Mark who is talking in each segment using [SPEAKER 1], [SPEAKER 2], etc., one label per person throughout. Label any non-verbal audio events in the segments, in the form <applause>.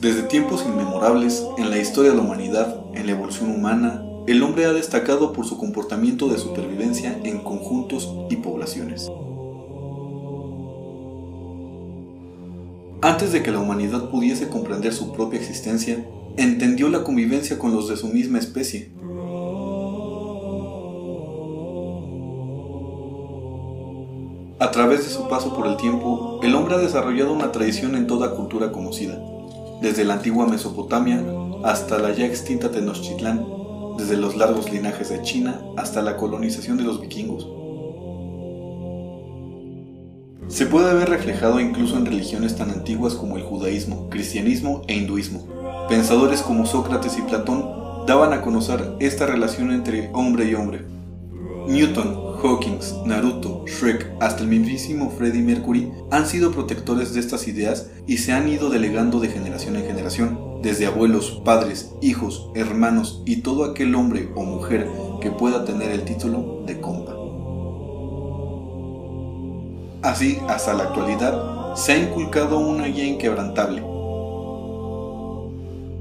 [SPEAKER 1] Desde tiempos inmemorables, en la historia de la humanidad, en la evolución humana, el hombre ha destacado por su comportamiento de supervivencia en conjuntos y poblaciones. Antes de que la humanidad pudiese comprender su propia existencia, entendió la convivencia con los de su misma especie. A través de su paso por el tiempo, el hombre ha desarrollado una tradición en toda cultura conocida, desde la antigua Mesopotamia hasta la ya extinta Tenochtitlán, desde los largos linajes de China hasta la colonización de los vikingos. Se puede ver reflejado incluso en religiones tan antiguas como el judaísmo, cristianismo e hinduismo. Pensadores como Sócrates y Platón daban a conocer esta relación entre hombre y hombre. Newton, Hawkins, Naruto, Shrek, hasta el mismísimo Freddie Mercury han sido protectores de estas ideas y se han ido delegando de generación en generación, desde abuelos, padres, hijos, hermanos y todo aquel hombre o mujer que pueda tener el título de compa. Así, hasta la actualidad, se ha inculcado una guía inquebrantable,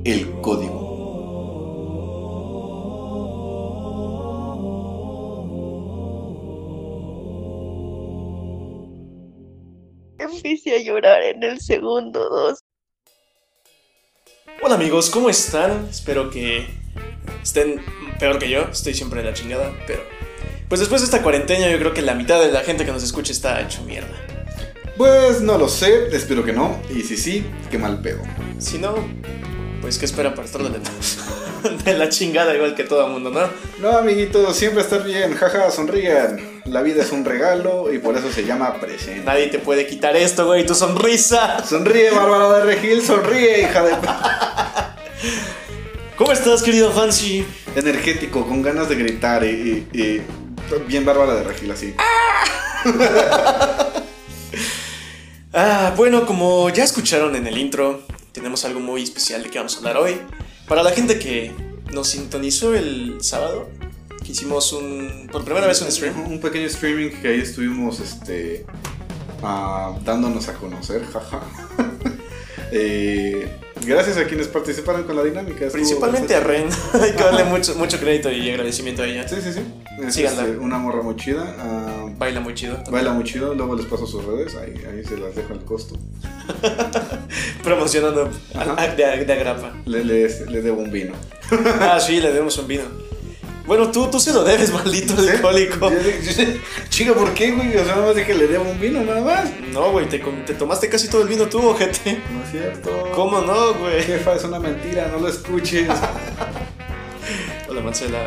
[SPEAKER 1] el código.
[SPEAKER 2] Empecé a llorar en el segundo 2.
[SPEAKER 3] Hola amigos, ¿cómo están? Espero que estén peor que yo, estoy siempre de la chingada, pero... Pues después de esta cuarentena yo creo que la mitad de la gente que nos escucha está hecho mierda.
[SPEAKER 1] Pues no lo sé, espero que no, y si sí, qué mal pedo.
[SPEAKER 3] Si no, pues qué esperan para estar de la, <laughs> de la chingada igual que todo el mundo, ¿no?
[SPEAKER 1] No, amiguitos, siempre estar bien, jaja, sonrían. La vida es un regalo y por eso se llama presente.
[SPEAKER 3] Nadie te puede quitar esto, güey, tu sonrisa.
[SPEAKER 1] Sonríe, Bárbara de Regil, sonríe, hija de... p-
[SPEAKER 3] ¿Cómo estás, querido Fancy?
[SPEAKER 1] Energético, con ganas de gritar y... y- y- Bien Bárbara de Regil, así.
[SPEAKER 3] Ah, bueno, como ya escucharon en el intro, tenemos algo muy especial de que vamos a hablar hoy. Para la gente que nos sintonizó el sábado, que hicimos un, por primera vez un stream.
[SPEAKER 1] Un pequeño streaming que ahí estuvimos este, ah, dándonos a conocer, jaja. <laughs> Eh, gracias a quienes participaron con la dinámica. estuvo
[SPEAKER 3] Principalmente a Ren, <laughs> hay que darle mucho, mucho crédito y agradecimiento a ella.
[SPEAKER 1] Sí, sí, sí. Es,
[SPEAKER 3] Síganla.
[SPEAKER 1] este, una morra muy chida. ah,
[SPEAKER 3] Baila muy chido. también.
[SPEAKER 1] baila muy chido. Luego les paso sus redes. Ahí, ahí se las dejo al costo.
[SPEAKER 3] Promocionando a-
[SPEAKER 1] Ajá.
[SPEAKER 3] a- de, a- de agrapa.
[SPEAKER 1] Le, les, les debo un
[SPEAKER 3] <laughs>
[SPEAKER 1] vino.
[SPEAKER 3] Ah, sí, le debemos un vino. Bueno, tú, tú se lo debes, <laughs> maldito alcohólico.
[SPEAKER 1] Yo dije, yo dije, Chica, ¿por qué, güey? O sea, nada más dije, le debo un vino, nada más.
[SPEAKER 3] No, güey, te, com- te tomaste casi todo el vino tú, ojete.
[SPEAKER 1] No es cierto.
[SPEAKER 3] ¿Cómo no, güey?
[SPEAKER 1] Jefa, es una mentira, no lo escuches.
[SPEAKER 3] Hola, Marcela.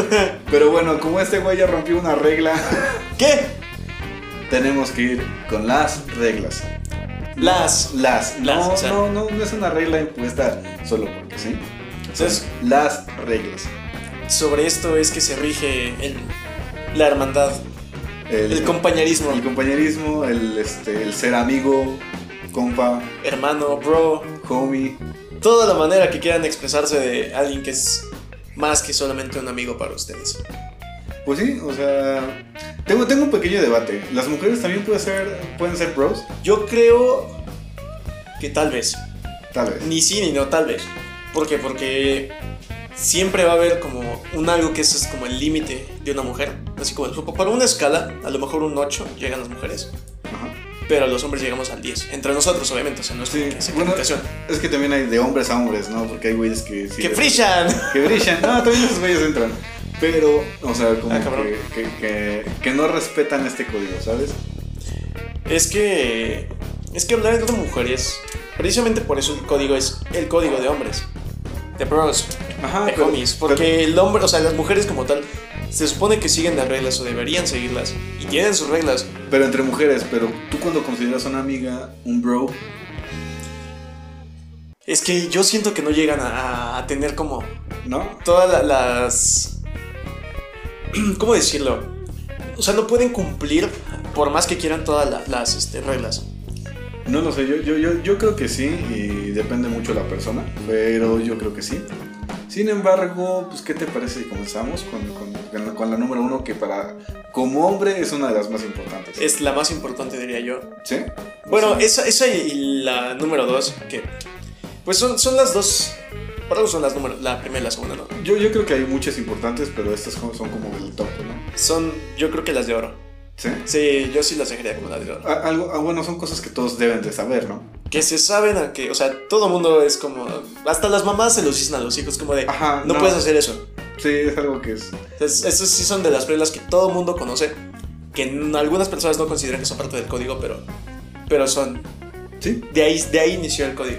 [SPEAKER 3] <laughs>
[SPEAKER 1] Pero bueno, como este güey ya rompió una regla, <laughs>
[SPEAKER 3] ¿Qué?
[SPEAKER 1] tenemos que ir con las reglas.
[SPEAKER 3] Las.
[SPEAKER 1] Las.
[SPEAKER 3] Las,
[SPEAKER 1] no,
[SPEAKER 3] o sea.
[SPEAKER 1] no, no, no es una regla impuesta solo porque sí.
[SPEAKER 3] Entonces,
[SPEAKER 1] Las reglas.
[SPEAKER 3] sobre esto es que se rige el- la hermandad, el compañerismo,
[SPEAKER 1] El compañerismo, el, este, el ser amigo, compa,
[SPEAKER 3] hermano, bro,
[SPEAKER 1] homie.
[SPEAKER 3] toda la manera que quieran expresarse de alguien que es más que solamente un amigo para ustedes.
[SPEAKER 1] Pues sí, o sea, tengo, tengo un pequeño debate. Las mujeres también pueden ser, pueden ser bros,
[SPEAKER 3] Yo creo que tal vez,
[SPEAKER 1] tal vez.
[SPEAKER 3] ni sí ni no, tal vez. ¿Por qué? Porque siempre va a haber como un algo que eso es como el límite de una mujer. Así como el- para una escala, a lo mejor un 8 llegan las mujeres,
[SPEAKER 1] Ajá.
[SPEAKER 3] pero los hombres llegamos al 10. Entre nosotros, obviamente, o sea, no es como
[SPEAKER 1] Sí,
[SPEAKER 3] que esa
[SPEAKER 1] bueno,
[SPEAKER 3] calificación.
[SPEAKER 1] Es que también hay de hombres a hombres, ¿no? Porque hay güeyes que sí
[SPEAKER 3] ¡Que
[SPEAKER 1] les-
[SPEAKER 3] frishan!
[SPEAKER 1] que brillan. No, también esos güeyes entran. Pero, o sea, como
[SPEAKER 3] Ah, cabrón.
[SPEAKER 1] que, que, que- que no respetan este código, ¿sabes?
[SPEAKER 3] Es que. Es que hablar de mujeres. Precisamente por eso el código es el código de hombres. De bros,
[SPEAKER 1] Ajá,
[SPEAKER 3] de homies. Porque el hombre, o sea, las mujeres como tal, se supone que siguen las reglas o deberían seguirlas. Y tienen sus reglas.
[SPEAKER 1] pero, pero entre mujeres, pero tú cuando consideras a una amiga un bro,
[SPEAKER 3] Es que yo siento que no llegan a, a tener como
[SPEAKER 1] ¿no?
[SPEAKER 3] todas la- las. <clears throat> ¿Cómo decirlo? O sea, no pueden cumplir, por más que quieran, todas la- las este, reglas.
[SPEAKER 1] No lo sé, yo, yo, yo, yo creo que sí, y depende mucho de la persona, pero yo creo que sí. Sin embargo, pues, ¿qué te parece si comenzamos con, con- con la- con la número uno que para como hombre es una de las más importantes?
[SPEAKER 3] Es la más importante, diría yo.
[SPEAKER 1] ¿Sí?
[SPEAKER 3] Bueno,
[SPEAKER 1] Sí.
[SPEAKER 3] esa, esa y la número dos, que pues son, son las dos. Para algo son las números, la primera y la segunda, ¿no?
[SPEAKER 1] Yo, yo creo que hay muchas importantes, pero estas como- son como del top, ¿no?
[SPEAKER 3] Son, yo creo que las de oro.
[SPEAKER 1] ¿Sí?
[SPEAKER 3] Sí, yo sí las dejaría como las de oro.
[SPEAKER 1] A- algo, ah, bueno, son cosas que todos deben de saber, ¿no?
[SPEAKER 3] Que se saben a que, o sea, todo mundo es como. Hasta las mamás se los dicen a los hijos, como de. "Ah,
[SPEAKER 1] Ajá,
[SPEAKER 3] No, puedes hacer eso.
[SPEAKER 1] Sí, es algo que es...
[SPEAKER 3] Entonces, esas sí son de las reglas que todo mundo conoce. Que n- algunas personas no consideran que son parte del código, pero. Pero son.
[SPEAKER 1] Sí.
[SPEAKER 3] De ahí, de ahí inició el código.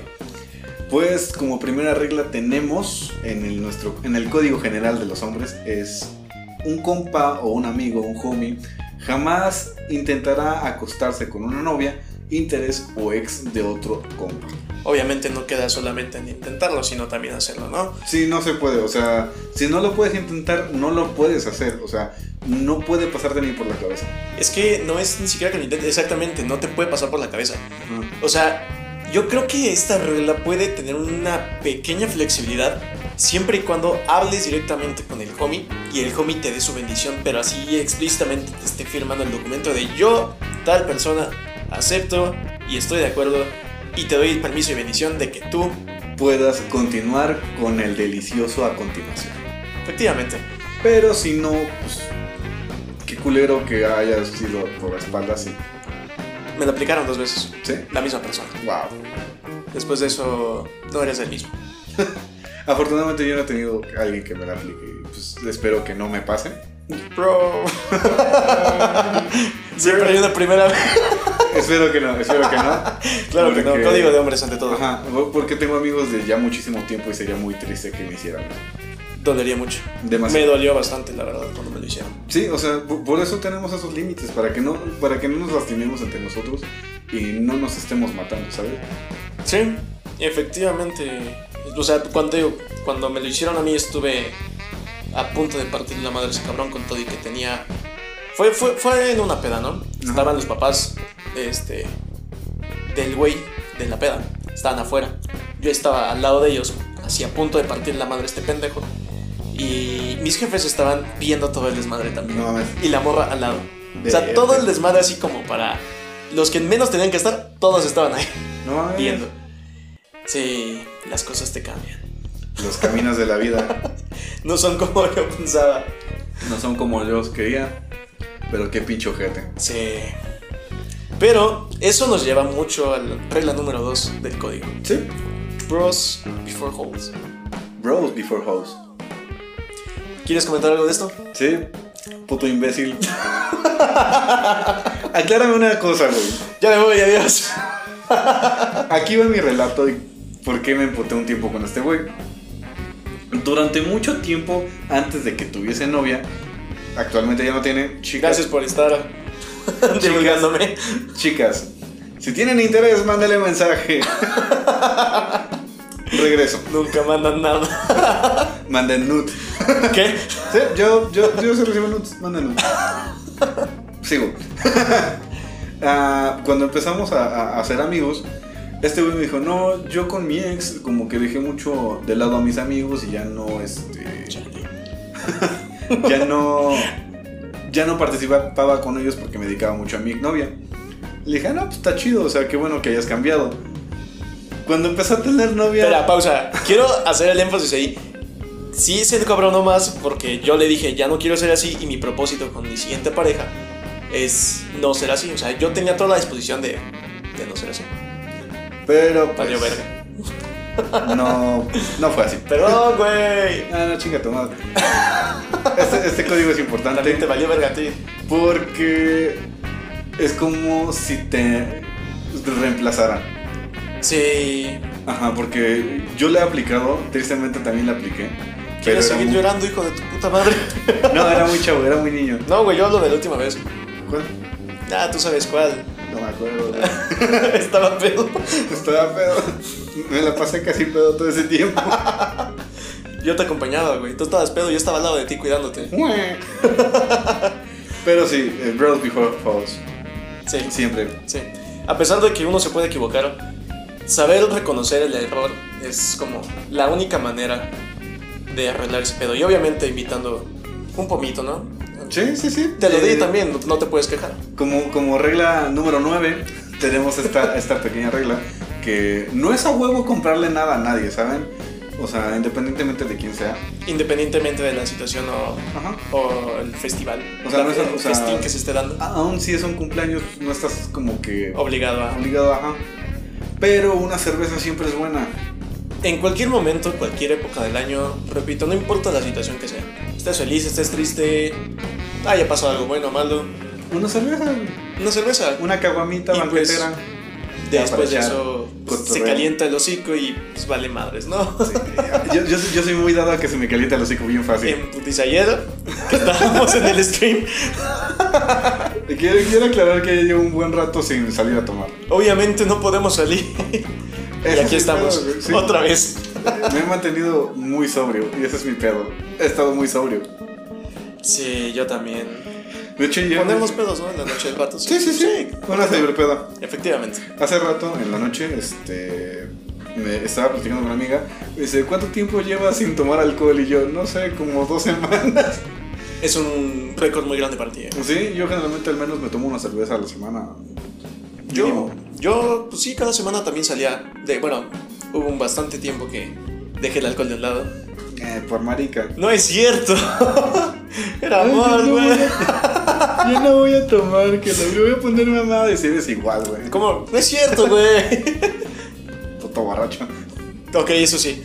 [SPEAKER 1] Pues como primera regla tenemos en el, nuestro, en el código general de los hombres es un compa o un amigo, un homie, jamás intentará acostarse con una novia, interés o ex de otro compa.
[SPEAKER 3] Obviamente no queda solamente en intentarlo, sino también hacerlo, ¿no?
[SPEAKER 1] Sí, no se puede, o sea, si no lo puedes intentar, no lo puedes hacer, o sea, no puede pasarte ni por la cabeza.
[SPEAKER 3] Es que no es ni siquiera que lo intentes, exactamente, no te puede pasar por la cabeza. O sea, yo creo que esta regla puede tener una pequeña flexibilidad siempre y cuando hables directamente con el homie y el homie te dé su bendición, pero así explícitamente te esté firmando el documento de yo, tal persona, acepto y estoy de acuerdo y te doy el permiso y bendición de que tú,
[SPEAKER 1] Puedas continuar con el delicioso a continuación.
[SPEAKER 3] efectivamente,
[SPEAKER 1] Pero si no, pues qué culero que hayas sido por la espalda así.
[SPEAKER 3] me lo aplicaron dos veces,
[SPEAKER 1] ¿Sí?
[SPEAKER 3] la misma persona.
[SPEAKER 1] Wow.
[SPEAKER 3] Después de eso, no eres el mismo.
[SPEAKER 1] Afortunadamente yo no he tenido a alguien que me la aplique. Pues espero que no me pase. <laughs>
[SPEAKER 3] <laughs> Bro. Siempre hay una primera vez.
[SPEAKER 1] espero que no, espero que no.
[SPEAKER 3] <laughs> Claro que no,
[SPEAKER 1] Porque-
[SPEAKER 3] código de hombres ante todo.
[SPEAKER 1] Ajá, porque tengo amigos de ya muchísimo tiempo y sería muy triste que me hicieran eso.
[SPEAKER 3] Dolería mucho. Me
[SPEAKER 1] demasiado.
[SPEAKER 3] dolió bastante, la verdad, cuando me lo hicieron.
[SPEAKER 1] Sí, o sea, por por eso tenemos esos límites, para que no para que no nos lastimemos entre nosotros y no nos estemos matando, ¿sabes?
[SPEAKER 3] Sí, efectivamente. O sea, cuando, yo- cuando me lo hicieron a mí estuve a punto de partir la madre a ese cabrón con todo y que tenía... Fue, fue, fue en una peda, ¿no? Estaban los papás este, del güey de la peda. Estaban afuera. Yo estaba al lado de ellos, así a punto de partir la madre a este pendejo. Y mis jefes estaban viendo todo el desmadre también.
[SPEAKER 1] No mames.
[SPEAKER 3] Y la morra al lado. O
[SPEAKER 1] De-
[SPEAKER 3] sea, todo el desmadre así como para... Los que menos tenían que estar, todos estaban ahí
[SPEAKER 1] No mames.
[SPEAKER 3] viendo. Sí, las cosas te cambian.
[SPEAKER 1] Los caminos de la
[SPEAKER 3] <laughs>
[SPEAKER 1] vida
[SPEAKER 3] No son como <laughs> yo pensaba.
[SPEAKER 1] no son como yo los quería, pero qué pincho ojete.
[SPEAKER 3] Sí. Pero eso nos lleva mucho a la regla número 2 del código.
[SPEAKER 1] Sí.
[SPEAKER 3] Bros before holes.
[SPEAKER 1] Bros before hoes.
[SPEAKER 3] ¿Quieres comentar algo de esto?
[SPEAKER 1] Sí, puto imbécil. Aclárame una cosa, güey.
[SPEAKER 3] Ya me voy, adiós.
[SPEAKER 1] Aquí va mi relato de por qué me empoté un tiempo con este güey. Durante mucho tiempo, antes de que tuviese novia, actualmente ya no tiene, chicas.
[SPEAKER 3] Gracias por estar divulgándome.
[SPEAKER 1] Chicas, si tienen interés, mándale mensaje. Regreso.
[SPEAKER 3] Nunca mandan nada.
[SPEAKER 1] Manden nude.
[SPEAKER 3] ¿Qué?
[SPEAKER 1] Sí, yo, yo, yo sí recibo nudes, manden nudes. Sigo. <laughs> Ah, cuando empezamos a, a- a ser amigos, este güey me dijo, no, yo con mi ex como que dejé mucho de lado a mis amigos y ya no, este,
[SPEAKER 3] Chale.
[SPEAKER 1] ya no, ya no participaba con ellos porque me dedicaba mucho a mi novia. Le dije, "Ah, no, pues está chido, o sea, qué bueno que hayas cambiado. Cuando empecé a tener novia...
[SPEAKER 3] Espera, pausa. Quiero hacer el énfasis ahí. Sí, se cobró nomás porque yo le dije, ya no quiero ser así y mi propósito con mi siguiente pareja es no ser así. O sea, yo tenía toda la disposición de, de no ser así.
[SPEAKER 1] Pero pues,
[SPEAKER 3] Valió verga.
[SPEAKER 1] no, no fue así. <laughs>
[SPEAKER 3] Perdón, güey.
[SPEAKER 1] Ah, no, chinga tu madre. <laughs> Este, este código es importante
[SPEAKER 3] También te valió verga a ti.
[SPEAKER 1] porque es como si te reemplazaran.
[SPEAKER 3] Sí.
[SPEAKER 1] Ajá, porque yo le he aplicado, tristemente también la apliqué. Pero
[SPEAKER 3] Quiero
[SPEAKER 1] era
[SPEAKER 3] seguir
[SPEAKER 1] muy-
[SPEAKER 3] llorando, hijo de tu puta madre.
[SPEAKER 1] no, era muy chavo, era muy niño.
[SPEAKER 3] No, güey, yo hablo de la última vez.
[SPEAKER 1] ¿Cuál?
[SPEAKER 3] Ah, tú sabes cuál. <laughs>
[SPEAKER 1] No me acuerdo. güey.
[SPEAKER 3] Estaba pedo.
[SPEAKER 1] <laughs> Estaba pedo. Me la pasé casi pedo todo ese tiempo.
[SPEAKER 3] Yo te acompañaba, güey. Tú estabas pedo, yo estaba al lado de ti cuidándote.
[SPEAKER 1] Pero sí, eh, Bros Before Falls.
[SPEAKER 3] Sí.
[SPEAKER 1] Siempre.
[SPEAKER 3] Sí. A pesar de que uno se puede equivocar, saber reconocer el error es como la única manera de arreglar ese pedo. Y obviamente invitando un pomito, ¿no?
[SPEAKER 1] Sí, sí, sí.
[SPEAKER 3] Te lo
[SPEAKER 1] Eh,
[SPEAKER 3] di también, no- no te puedes quejar.
[SPEAKER 1] Como, como regla número 9, tenemos
[SPEAKER 3] <laughs>
[SPEAKER 1] esta, esta pequeña regla que no es a huevo comprarle nada a nadie, ¿saben? O sea, independientemente de quién sea.
[SPEAKER 3] Independientemente de la situación o,
[SPEAKER 1] Ajá.
[SPEAKER 3] o el festival.
[SPEAKER 1] O sea, no es-
[SPEAKER 3] el
[SPEAKER 1] o sea-
[SPEAKER 3] festín que se esté dando.
[SPEAKER 1] A- Aún si es un cumpleaños, no estás como que
[SPEAKER 3] Obligado a.
[SPEAKER 1] obligado, ajá. Pero una cerveza siempre es buena.
[SPEAKER 3] En cualquier momento, cualquier época del año, repito, no importa la situación que sea. Estés feliz, estés triste, haya pasado algo bueno o malo.
[SPEAKER 1] Una cerveza,
[SPEAKER 3] Una cerveza.
[SPEAKER 1] una caguamita
[SPEAKER 3] Y pues,
[SPEAKER 1] banquetera. ya
[SPEAKER 3] Después de
[SPEAKER 1] para
[SPEAKER 3] eso pues, se
[SPEAKER 1] cotorreo.
[SPEAKER 3] calienta el hocico y pues, vale madres, ¿no?
[SPEAKER 1] Sí, yo, yo, soy- yo soy muy dado a que se me calienta el hocico bien fácil.
[SPEAKER 3] <laughs> En Putizayero, que estábamos en el stream,
[SPEAKER 1] Quiero, quiero aclarar que llevo un buen rato sin salir a tomar.
[SPEAKER 3] obviamente no podemos salir. y
[SPEAKER 1] Ese es
[SPEAKER 3] aquí
[SPEAKER 1] el
[SPEAKER 3] estamos,
[SPEAKER 1] pedo, güey, sí.
[SPEAKER 3] otra vez.
[SPEAKER 1] <laughs> Me he mantenido muy sobrio y ese es mi pedo. He estado muy sobrio.
[SPEAKER 3] Sí, yo también.
[SPEAKER 1] De hecho, ya.
[SPEAKER 3] Ponemos pedos, ¿no? En la noche del pato.
[SPEAKER 1] Sí, sí, sí. Una ciberpeda.
[SPEAKER 3] Efectivamente.
[SPEAKER 1] Hace rato, en la noche, este. Me estaba platicando con una amiga. Me dice, ¿cuánto tiempo llevas sin tomar alcohol? Y yo, no sé, como dos semanas. <laughs>
[SPEAKER 3] Es un récord muy grande para ti. ¿eh?
[SPEAKER 1] Sí, yo generalmente al menos me tomo una cerveza a la semana.
[SPEAKER 3] Yo,
[SPEAKER 1] Mínimo.
[SPEAKER 3] yo, pues sí, cada semana también salía de. Bueno, hubo un bastante tiempo que dejé el alcohol de un lado.
[SPEAKER 1] Eh, por marica.
[SPEAKER 3] No es cierto. <laughs> Era
[SPEAKER 1] Ay, yo
[SPEAKER 3] amor,
[SPEAKER 1] no
[SPEAKER 3] güey.
[SPEAKER 1] voy a- <laughs> Yo no voy a tomar, que lo yo voy a poner mamá a decir es igual, güey.
[SPEAKER 3] ¿Cómo? No es cierto, güey.
[SPEAKER 1] Toto borracho.
[SPEAKER 3] ok, eso sí.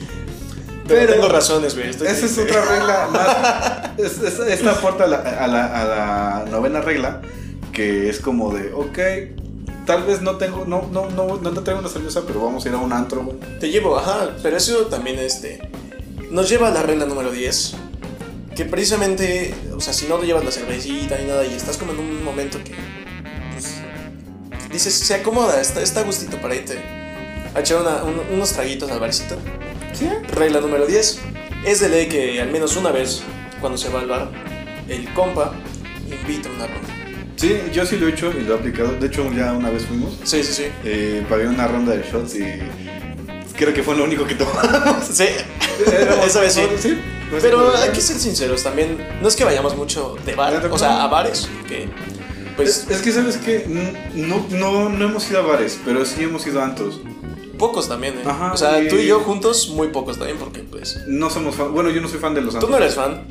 [SPEAKER 3] Pero,
[SPEAKER 1] Pero-
[SPEAKER 3] tengo razones, güey. estoy
[SPEAKER 1] Esa es
[SPEAKER 3] triste.
[SPEAKER 1] otra
[SPEAKER 3] <laughs>
[SPEAKER 1] regla más. es- es- esta aporta a la, a la- a la novena regla, que es como de, ok, tal vez no tengo, no, no, no, no te traigo una cerveza, pero vamos a ir a un antro, güey.
[SPEAKER 3] Te llevo, ajá. Pero eso también, este. Nos lleva a la regla número 10. Que precisamente, o sea, si no te llevas la cervecita ni nada y estás como en un momento que. pues, dices, se acomoda, está, está a gustito para irte a echar una- un- unos traguitos al barcito.
[SPEAKER 1] ¿Sí?
[SPEAKER 3] Regla número 10. Es de ley que al menos una vez, cuando se va al bar, el compa invita una ronda.
[SPEAKER 1] Sí, yo sí lo he hecho y lo he aplicado. De hecho, ya una vez fuimos,
[SPEAKER 3] Sí,
[SPEAKER 1] <laughs>
[SPEAKER 3] sí, sí.
[SPEAKER 1] eh, pagué una ronda de shots y creo que fue lo único que tomamos.
[SPEAKER 3] Sí. <laughs> Esa vez sí.
[SPEAKER 1] No Pues sé cómo
[SPEAKER 3] Pero
[SPEAKER 1] era.
[SPEAKER 3] hay que ser sinceros también. No es que vayamos mucho de bar, o sea, a bares, que pues
[SPEAKER 1] Es, es que sabes que no, no, no hemos ido a bares, pero sí hemos ido a antros.
[SPEAKER 3] pocos también, ¿eh?
[SPEAKER 1] Ajá,
[SPEAKER 3] O sea,
[SPEAKER 1] y-
[SPEAKER 3] tú y yo juntos, muy pocos también, porque pues
[SPEAKER 1] No somos fan, bueno, yo no soy fan de los
[SPEAKER 3] tú
[SPEAKER 1] antros.
[SPEAKER 3] no eres fan,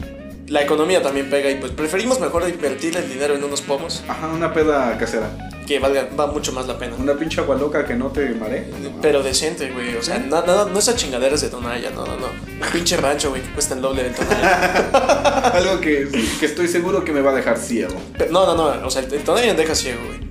[SPEAKER 3] la economía también pega y pues preferimos mejor invertir el dinero en unos pomos
[SPEAKER 1] Ajá, una peda casera.
[SPEAKER 3] que valga, va mucho más la pena.
[SPEAKER 1] Una pinche agua loca que no te maree.
[SPEAKER 3] Pero decente, güey. O sea, na- nada- no esas chingaderas de Tonaya, no, no, no. Un pinche rancho, güey, que cuesta el doble del Tonaya.
[SPEAKER 1] <laughs> Algo que, que estoy seguro que me va a dejar ciego.
[SPEAKER 3] Pero- no, no, no. O sea, el, el Tonaya te deja ciego, güey.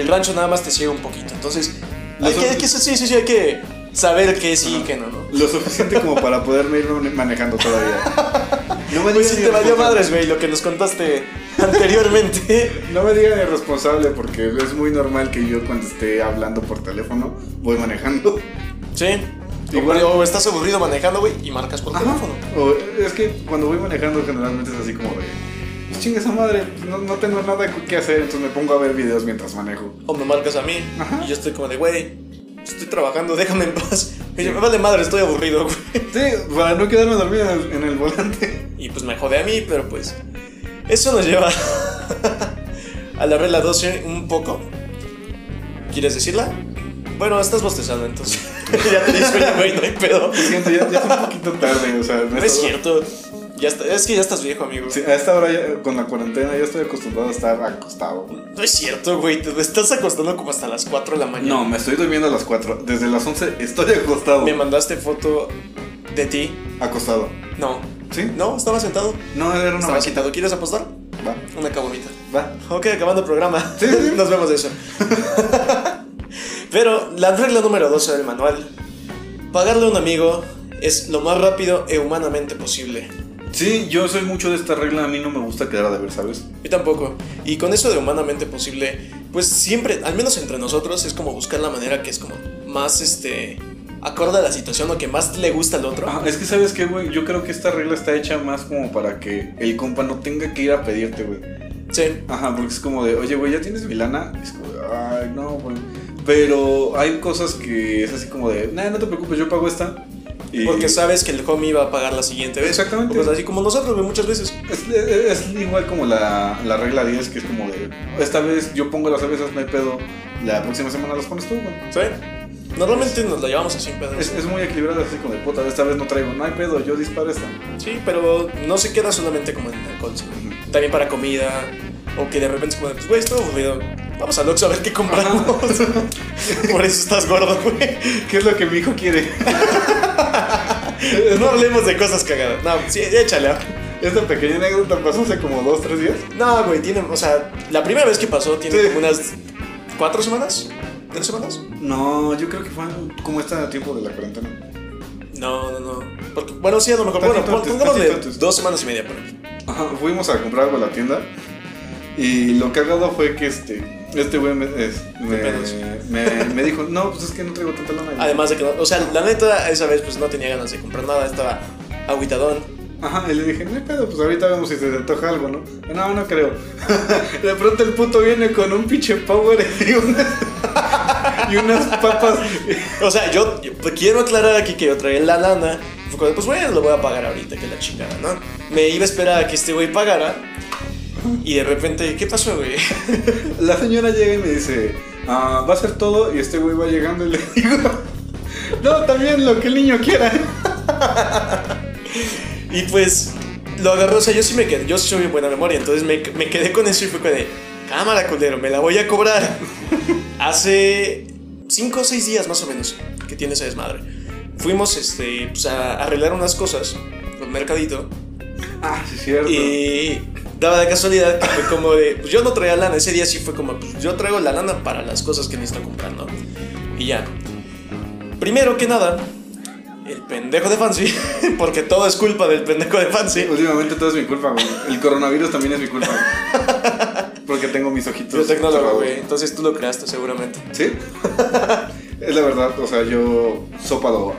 [SPEAKER 3] El rancho nada más te ciega un poquito. Entonces, hay
[SPEAKER 1] Las
[SPEAKER 3] que,
[SPEAKER 1] otras-
[SPEAKER 3] hay que- sí, sí, sí, hay que saber qué sí y
[SPEAKER 1] Ajá.
[SPEAKER 3] qué no, ¿no?
[SPEAKER 1] Lo suficiente como para poderme ir mane- manejando todavía. No me
[SPEAKER 3] Pues
[SPEAKER 1] digas
[SPEAKER 3] sí te valió madres, güey, lo que nos <laughs> contaste anteriormente.
[SPEAKER 1] No me digan irresponsable porque es muy normal que yo cuando esté hablando por teléfono voy manejando.
[SPEAKER 3] Sí. O,
[SPEAKER 1] Igual-
[SPEAKER 3] o estás aburrido manejando, güey, y marcas por teléfono.
[SPEAKER 1] O, es que cuando voy manejando generalmente es así como de... "Pues Chinga esa madre, no, no tengo nada que hacer, entonces me pongo a ver videos mientras manejo.
[SPEAKER 3] O me marcas a mí.
[SPEAKER 1] Ajá.
[SPEAKER 3] Y yo estoy como de, güey, estoy trabajando, déjame en paz. Y yo, me vale madre, estoy aburrido, güey.
[SPEAKER 1] Sí, para no quedarme dormido en el- en el volante.
[SPEAKER 3] Y pues me jode a mí, pero pues. Eso nos lleva <laughs> a la regla 12 un poco. ¿Quieres decirla? Bueno, estás bostezando entonces. <laughs> ya te dije, güey, no hay pedo.
[SPEAKER 1] Lo siento, ya, ya es un poquito tarde, o sea, me
[SPEAKER 3] No es cierto. Ya está- es que ya estás viejo, amigo.
[SPEAKER 1] Sí, a esta hora, ya- con la cuarentena, ya estoy acostumbrado a estar acostado.
[SPEAKER 3] No es cierto, güey. Te estás acostando como hasta las 4 de la mañana.
[SPEAKER 1] No, me estoy durmiendo a las 4. Desde las 11 estoy acostado.
[SPEAKER 3] Me mandaste foto de ti.
[SPEAKER 1] Acostado.
[SPEAKER 3] No.
[SPEAKER 1] ¿sí
[SPEAKER 3] No, estaba sentado.
[SPEAKER 1] No, era una
[SPEAKER 3] Estaba
[SPEAKER 1] máquina.
[SPEAKER 3] sentado. ¿Quieres apostar?
[SPEAKER 1] Va,
[SPEAKER 3] Una cabomita.
[SPEAKER 1] va.
[SPEAKER 3] Ok, acabando el programa.
[SPEAKER 1] Sí, sí.
[SPEAKER 3] Nos vemos de eso. Pero la regla número 12 del manual. Pagarle a un amigo es lo más rápido e humanamente posible.
[SPEAKER 1] Sí, yo soy mucho de esta regla. A mí no me gusta quedar a deber, ¿sabes?
[SPEAKER 3] Yo tampoco. Y con eso de humanamente posible, pues siempre, al menos entre nosotros, es como buscar la manera que es como más, este, acorde a la situación o que más le gusta al otro.
[SPEAKER 1] Ah, es que, ¿sabes qué, güey? Yo creo que esta regla está hecha más como para que el compa no tenga que ir a pedirte, güey.
[SPEAKER 3] Sí.
[SPEAKER 1] Ajá, porque es como de, oye, güey, ¿ya tienes mi lana? Es como de, ay, no, güey. Pero hay cosas que es así como de, nah, no te preocupes, yo pago esta. Y-
[SPEAKER 3] Porque sabes que el homie va a pagar la siguiente vez.
[SPEAKER 1] Exactamente.
[SPEAKER 3] Pues así como nosotros, güey, muchas veces.
[SPEAKER 1] Es, es- es igual como la, la regla 10, que es como de, esta vez yo pongo las cervezas, no hay pedo, la próxima semana las pones tú, güey.
[SPEAKER 3] ¿Sí? Normalmente nos la llevamos así, pedo.
[SPEAKER 1] Es, es muy equilibrada, así como de puta, esta vez no traigo, no hay pedo, yo disparo esta. <laughs>
[SPEAKER 3] Sí, pero no se queda solamente como en alcohol, sino
[SPEAKER 1] Ujú.
[SPEAKER 3] también para comida. O que de repente es como, de, pues, güey, estoy aburrido. Vamos al Oxxo a ver qué compramos. <laughs> Por eso estás gordo, güey.
[SPEAKER 1] ¿Qué es lo que mi hijo quiere? <laughs>
[SPEAKER 3] No hablemos de cosas cagadas. No, sí, échale. ah.
[SPEAKER 1] Esta pequeña anécdota pasó hace como 2, 3 días.
[SPEAKER 3] No, güey, tiene, o sea, la primera vez que pasó tiene
[SPEAKER 1] Sí.
[SPEAKER 3] como unas cuatro semanas, tres semanas.
[SPEAKER 1] No, yo creo que fue como está a tiempo de la cuarentena.
[SPEAKER 3] No, no, no. Porque, bueno, sí, a lo mejor. Bueno,
[SPEAKER 1] Tantito
[SPEAKER 3] pon-
[SPEAKER 1] antes,
[SPEAKER 3] pongámosle
[SPEAKER 1] tantito antes.
[SPEAKER 3] dos semanas y media, por ahí.
[SPEAKER 1] Ajá, <laughs> fuimos a comprar algo a la tienda y lo cagado fue que este... Este güey me, es- me,
[SPEAKER 3] pedos.
[SPEAKER 1] me- me dijo, no, pues es que no traigo tanta lana.
[SPEAKER 3] Además de que, no- o sea, la neta, esa vez pues no tenía ganas de comprar nada, estaba aguitadón.
[SPEAKER 1] Ajá, y le dije, no hay pedo, pues ahorita vemos si se te antoja algo, ¿no? No, no creo. <laughs> De pronto el puto viene con un pinche power <laughs> y unas, y unas papas.
[SPEAKER 3] O sea, yo, yo quiero aclarar aquí que yo traía la lana. Fue cuando, Pues bueno, lo voy a pagar ahorita, que la chingada, ¿no? Me iba a esperar a que este güey pagara. Y de repente, ¿qué pasó, güey?
[SPEAKER 1] La señora llega y me dice, ah, va a ser todo y este güey va llegando y le digo, no, también lo que el niño quiera. <laughs>
[SPEAKER 3] Y pues lo agarró, o sea, yo sí me quedé, yo sí soy buena memoria, entonces me, me quedé con eso y fue con de, cámara culero, me la voy a cobrar. <laughs> Hace 5 o 6 días más o menos que tiene esa desmadre. Fuimos este, pues, a arreglar unas cosas, un mercadito,
[SPEAKER 1] Ah, sí, es cierto.
[SPEAKER 3] y daba la casualidad que fue como de, pues yo no traía lana, ese día sí fue como, pues yo traigo la lana para las cosas que necesito comprar, ¿no? Y ya. Primero que nada, el pendejo de Fancy, <laughs> porque todo es culpa del pendejo de Fancy.
[SPEAKER 1] Últimamente todo es mi culpa, güey. El coronavirus también es mi culpa. güey. Porque tengo mis ojitos.
[SPEAKER 3] Biotecnólogo,
[SPEAKER 1] cerrados.
[SPEAKER 3] güey. Entonces tú lo creaste seguramente.
[SPEAKER 1] ¿Sí? <laughs> es la verdad, o sea, yo sópado.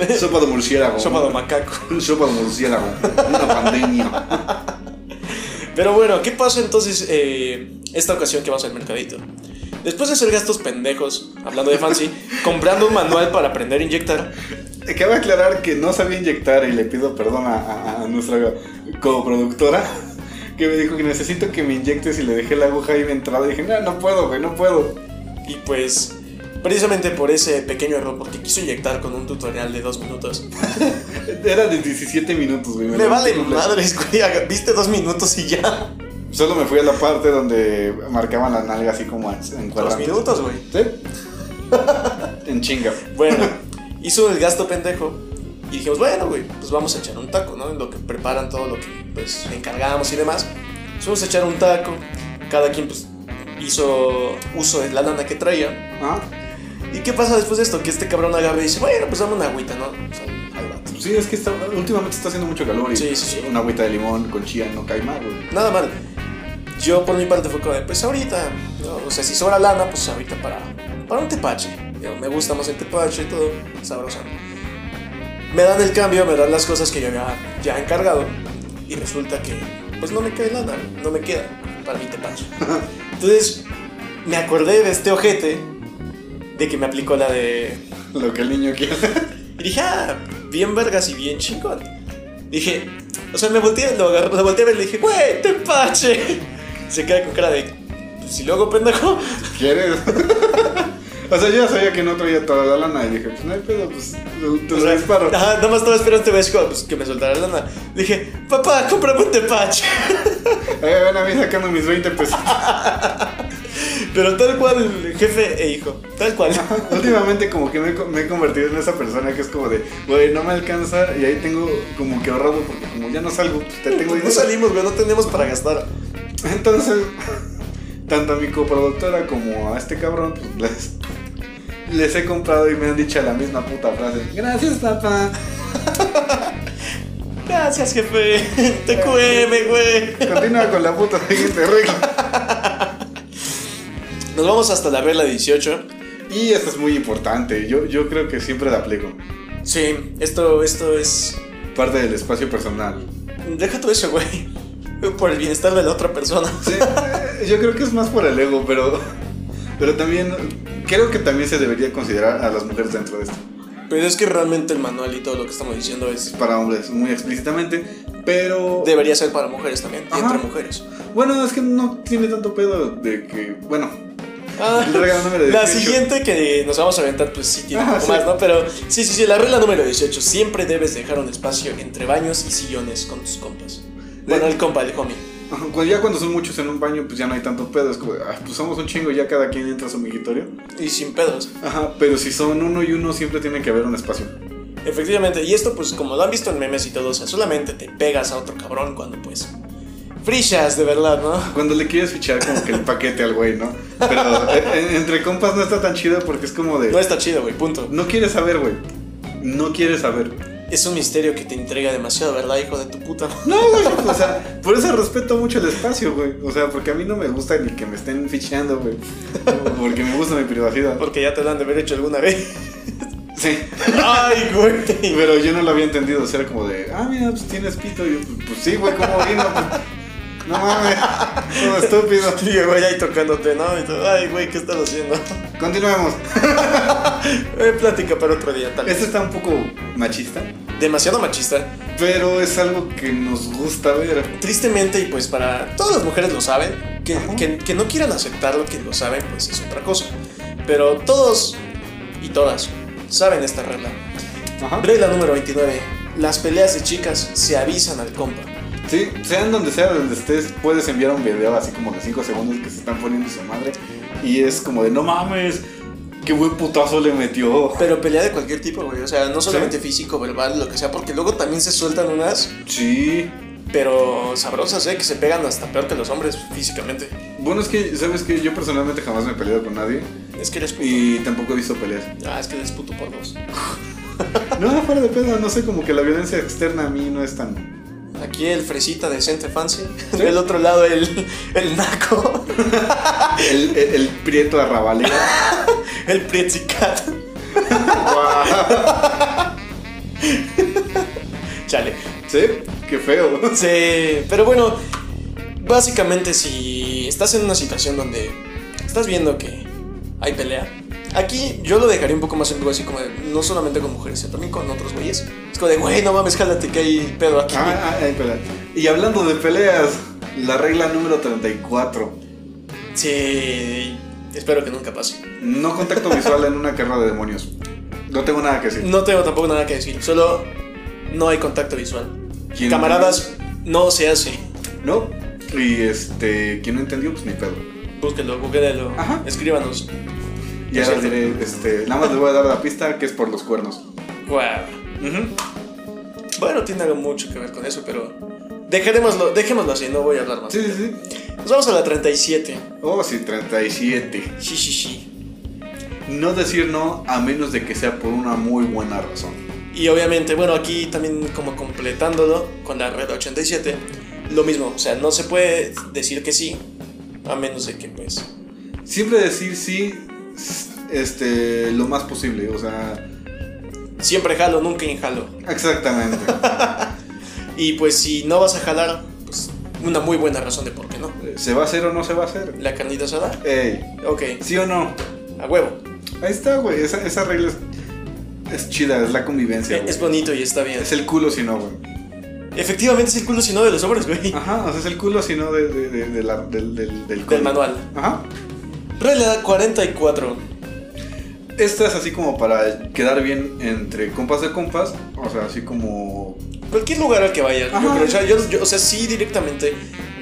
[SPEAKER 1] ¿eh? Sópado murciélago.
[SPEAKER 3] Sópado macaco.
[SPEAKER 1] Sópado murciélago. Una pandemia.
[SPEAKER 3] Pero bueno, ¿qué pasa entonces eh, esta ocasión que vas al mercadito? Después de hacer gastos pendejos, hablando de fancy, <laughs> comprando un manual para aprender a inyectar.
[SPEAKER 1] Cabe aclarar que no sabía inyectar y le pido perdón a, a- a nuestra coproductora que me dijo que necesito que me inyectes y le dejé la aguja ahí de entrada y dije, no, no puedo, güey, no puedo.
[SPEAKER 3] Y pues, precisamente por ese pequeño error, porque quiso inyectar con un tutorial de dos minutos.
[SPEAKER 1] Era de 17 minutos, güey.
[SPEAKER 3] Me vale
[SPEAKER 1] madre
[SPEAKER 3] madres, güey. haga- Viste dos minutos y ya.
[SPEAKER 1] Solo me fui a la parte donde marcaban las nalgas así como en, en
[SPEAKER 3] Dos
[SPEAKER 1] cuadrantes.
[SPEAKER 3] minutos, güey.
[SPEAKER 1] ¿Sí? <laughs> en chinga.
[SPEAKER 3] Bueno, hizo el gasto pendejo y dijimos, bueno, güey, pues vamos a echar un taco, ¿no? En lo que preparan todo lo que pues encargamos y demás. Pues vamos a echar un taco. Cada quien pues hizo uso de la lana que traía.
[SPEAKER 1] ¿Ah?
[SPEAKER 3] ¿Y qué pasa después de esto? Que este cabrón agarra y dice, bueno, pues dame una agüita, ¿no? O sea, al vato.
[SPEAKER 1] Sí, es que está- últimamente está haciendo mucho calor y
[SPEAKER 3] Sí, sí, sí.
[SPEAKER 1] una agüita de limón con chía no cae mal, güey.
[SPEAKER 3] Nada mal. Yo por mi parte fue como, de, pues ahorita, ¿no? o sea, si sobra lana, pues ahorita para, para un tepache. Digo, me gusta más el tepache y todo, sabroso. Me dan el cambio, me dan las cosas que yo había ya encargado y resulta que pues no me queda lana, no me queda para mi tepache. Entonces me acordé de este ojete de que me aplicó la de...
[SPEAKER 1] Lo que el niño
[SPEAKER 3] <laughs>
[SPEAKER 1] quiere.
[SPEAKER 3] Y dije, ah, bien vergas y bien chingón. Dije, o sea, me volteé, lo, agarré, lo volteé a ver y le dije, güey, tepache. Se queda con cara de, "Pues, si luego pendejo.
[SPEAKER 1] ¿Quieres? <laughs> o sea, yo ya sabía que no traía toda la lana y dije, pues no hay pedo, pues te
[SPEAKER 3] O
[SPEAKER 1] lo
[SPEAKER 3] sea,
[SPEAKER 1] disparo.
[SPEAKER 3] Ajá, nada más estaba esperando este güey, así como, pues, que me soltara la lana. Le dije, papá, cómprame un tepache. <laughs>
[SPEAKER 1] Ahí ven a mí sacando mis 20 pesos. <laughs>
[SPEAKER 3] Pero tal cual, jefe e hijo, tal cual.
[SPEAKER 1] Últimamente como que me, he co- me he convertido en esa persona que es como de, güey, no me alcanza y ahí tengo como que ahorrado porque como ya no salgo, pues te tengo
[SPEAKER 3] No
[SPEAKER 1] dinero.
[SPEAKER 3] salimos, güey, no tenemos para gastar.
[SPEAKER 1] Entonces, tanto a mi coproductora como a este cabrón, pues les, les he comprado y me han dicho la misma puta frase. Gracias, papá.
[SPEAKER 3] Gracias, jefe. <laughs> TQM, güey.
[SPEAKER 1] Continúa con la puta siguiente regla.
[SPEAKER 3] Nos vamos hasta la regla 18.
[SPEAKER 1] Y esto es muy importante. Yo, yo creo que siempre la aplico.
[SPEAKER 3] Sí, esto, esto es
[SPEAKER 1] Parte del espacio personal.
[SPEAKER 3] Deja todo eso, güey. <laughs> Por el bienestar de la otra persona.
[SPEAKER 1] Sí, eh, yo creo que es más por el ego, pero, pero también creo que también se debería considerar a las mujeres dentro de esto.
[SPEAKER 3] Pero es que realmente el manual y todo lo que estamos diciendo es.
[SPEAKER 1] para hombres muy explícitamente, pero...
[SPEAKER 3] Debería ser para mujeres también, y
[SPEAKER 1] Ajá.
[SPEAKER 3] entre mujeres.
[SPEAKER 1] Bueno, es que no tiene tanto pedo de que... Bueno,
[SPEAKER 3] Ah,
[SPEAKER 1] regla número
[SPEAKER 3] <laughs> la
[SPEAKER 1] 18.
[SPEAKER 3] siguiente que nos vamos a aventar, pues sí tiene un
[SPEAKER 1] Ah,
[SPEAKER 3] poco
[SPEAKER 1] sí.
[SPEAKER 3] más, ¿no? Pero sí, sí, sí, la regla número 18. Siempre debes dejar un espacio entre baños y sillones con tus compas. Bueno, el compa, el homie.
[SPEAKER 1] Ajá, cuando- ya cuando son muchos en un baño, pues ya no hay tanto pedo. Es como, ah, pues somos un chingo, ya cada quien entra a su migitorio.
[SPEAKER 3] Y sin pedos.
[SPEAKER 1] Ajá, pero si son uno y uno, siempre tiene que haber un espacio.
[SPEAKER 3] Efectivamente, y esto pues como lo han visto en memes y todo, o sea, solamente te pegas a otro cabrón cuando pues... Frishas, de verdad, ¿no?
[SPEAKER 1] Cuando le quieres fichar como que el paquete al güey, ¿no?
[SPEAKER 3] <laughs>
[SPEAKER 1] Pero eh, eh, entre compas no está tan chido porque es como
[SPEAKER 3] No
[SPEAKER 1] de...
[SPEAKER 3] está chido, güey, punto.
[SPEAKER 1] No quieres saber, güey. No quieres saber.
[SPEAKER 3] Es un misterio que te entrega demasiado, ¿verdad, hijo de tu puta? madre?
[SPEAKER 1] No, güey, o sea, por eso respeto mucho el espacio, güey. O sea, porque a mí no me gusta ni que me estén fichando, güey. Porque me gusta mi privacidad.
[SPEAKER 3] Porque ya te lo han de haber hecho alguna vez.
[SPEAKER 1] Sí,
[SPEAKER 3] <laughs> Ay, güey.
[SPEAKER 1] pero yo no lo había entendido. O sea, era como de, ah, mira, pues tienes pito. Y yo, pues, pues sí, güey, ¿cómo vino? Pues, no mames, todo estúpido.
[SPEAKER 3] Y el güey ahí tocándote, ¿no? Y todo, Ay, güey, ¿qué estás haciendo? <laughs>
[SPEAKER 1] Continuemos.
[SPEAKER 3] Eh, plática para otro día, tal vez.
[SPEAKER 1] Este está un poco machista,
[SPEAKER 3] Demasiado machista.
[SPEAKER 1] pero es algo que nos gusta ver.
[SPEAKER 3] Tristemente, y pues para todas las mujeres lo saben, que,
[SPEAKER 1] Ajá.
[SPEAKER 3] que, que no quieran aceptar lo que lo saben, pues es otra cosa. Pero todos y todas saben esta regla.
[SPEAKER 1] Ajá.
[SPEAKER 3] Regla número 29. Las peleas de chicas se avisan al compa.
[SPEAKER 1] Sí, sean donde sea, donde estés, puedes enviar un video así como de 5 segundos que se están poniendo su madre. Y es como de, no mames, qué buen putazo le metió.
[SPEAKER 3] Pero pelea de cualquier tipo, güey. O sea, no solamente físico, verbal, lo que sea, porque luego también se sueltan unas,
[SPEAKER 1] Sí.
[SPEAKER 3] pero sabrosas, ¿eh? Que se pegan hasta peor que los hombres físicamente.
[SPEAKER 1] Bueno, es que, ¿sabes qué? Yo personalmente jamás me he peleado con nadie
[SPEAKER 3] Es que eres puto.
[SPEAKER 1] y tampoco he visto peleas.
[SPEAKER 3] Ah, es que eres puto por dos.
[SPEAKER 1] No, fuera de pedo, no sé, como que la violencia externa a mí no es tan...
[SPEAKER 3] Aquí el fresita decente fancy. <laughs> Del otro lado el, el naco. <laughs>
[SPEAKER 1] El, el, el prieto arrabalero.
[SPEAKER 3] El prietzicat.
[SPEAKER 1] Guau.
[SPEAKER 3] Chale.
[SPEAKER 1] sí, qué feo.
[SPEAKER 3] Sí, pero bueno, básicamente si estás en una situación donde estás viendo que hay pelea, aquí yo lo dejaría un poco más en vivo, así como de, no solamente con mujeres, sino también con otros güeyes. Es como de, güey, no mames, jálate que hay pedo aquí.
[SPEAKER 1] Ah, ah, ay, pelea. Y hablando de peleas, la regla número 34.
[SPEAKER 3] Sí, espero que nunca pase.
[SPEAKER 1] No contacto visual en una guerra de demonios. No tengo nada que decir.
[SPEAKER 3] No tengo tampoco nada que decir, solo no hay contacto visual.
[SPEAKER 1] ¿Quién-
[SPEAKER 3] Mm, Camaradas, no se hace.
[SPEAKER 1] No. Y este, quien no entendió, pues ni pedo.
[SPEAKER 3] Búsquenlo, googleenlo,
[SPEAKER 1] Ajá.
[SPEAKER 3] escríbanos.
[SPEAKER 1] Ya
[SPEAKER 3] Es
[SPEAKER 1] les
[SPEAKER 3] cierto.
[SPEAKER 1] diré, este, nada más les voy a dar la pista que es por los cuernos.
[SPEAKER 3] Guau. Bueno, tiene algo mucho que ver con eso, pero dejémoslo, dejémoslo así, no voy a hablar más.
[SPEAKER 1] Sí, sí, sí.
[SPEAKER 3] Nos vamos a la 37.
[SPEAKER 1] Oh, sí, 37.
[SPEAKER 3] Sí, sí, sí.
[SPEAKER 1] No decir no a menos de que sea por una muy buena razón.
[SPEAKER 3] Y obviamente, bueno, aquí también como completándolo con la red 87, lo mismo, o sea, no se puede decir que sí, a menos de que pues...
[SPEAKER 1] Siempre decir sí, este, lo más posible. O sea,
[SPEAKER 3] Siempre jalo, nunca injalo. <laughs>
[SPEAKER 1] exactamente.
[SPEAKER 3] Y pues si no vas a jalar, pues una muy buena razón de por qué no.
[SPEAKER 1] ¿Se va a hacer o no se va a hacer?
[SPEAKER 3] La carnita asada,
[SPEAKER 1] Ey,
[SPEAKER 3] ok,
[SPEAKER 1] ¿sí o no?
[SPEAKER 3] a huevo.
[SPEAKER 1] Ahí está, güey. Esa, esa regla es, es chida, es la convivencia. güey.
[SPEAKER 3] Es bonito y está bien.
[SPEAKER 1] Es el culo si no, güey.
[SPEAKER 3] Efectivamente es el culo sino de los hombres, güey.
[SPEAKER 1] Ajá, o sea, es el culo si no de, de- de- de la- del, del, del
[SPEAKER 3] Del
[SPEAKER 1] código.
[SPEAKER 3] manual.
[SPEAKER 1] Ajá.
[SPEAKER 3] Regla 44.
[SPEAKER 1] Esta es así como para quedar bien entre compas de compas. O sea, así como.
[SPEAKER 3] Cualquier lugar al que vayas. Yo
[SPEAKER 1] Ajá.
[SPEAKER 3] creo, o, sea, yo- yo- o sea, sí directamente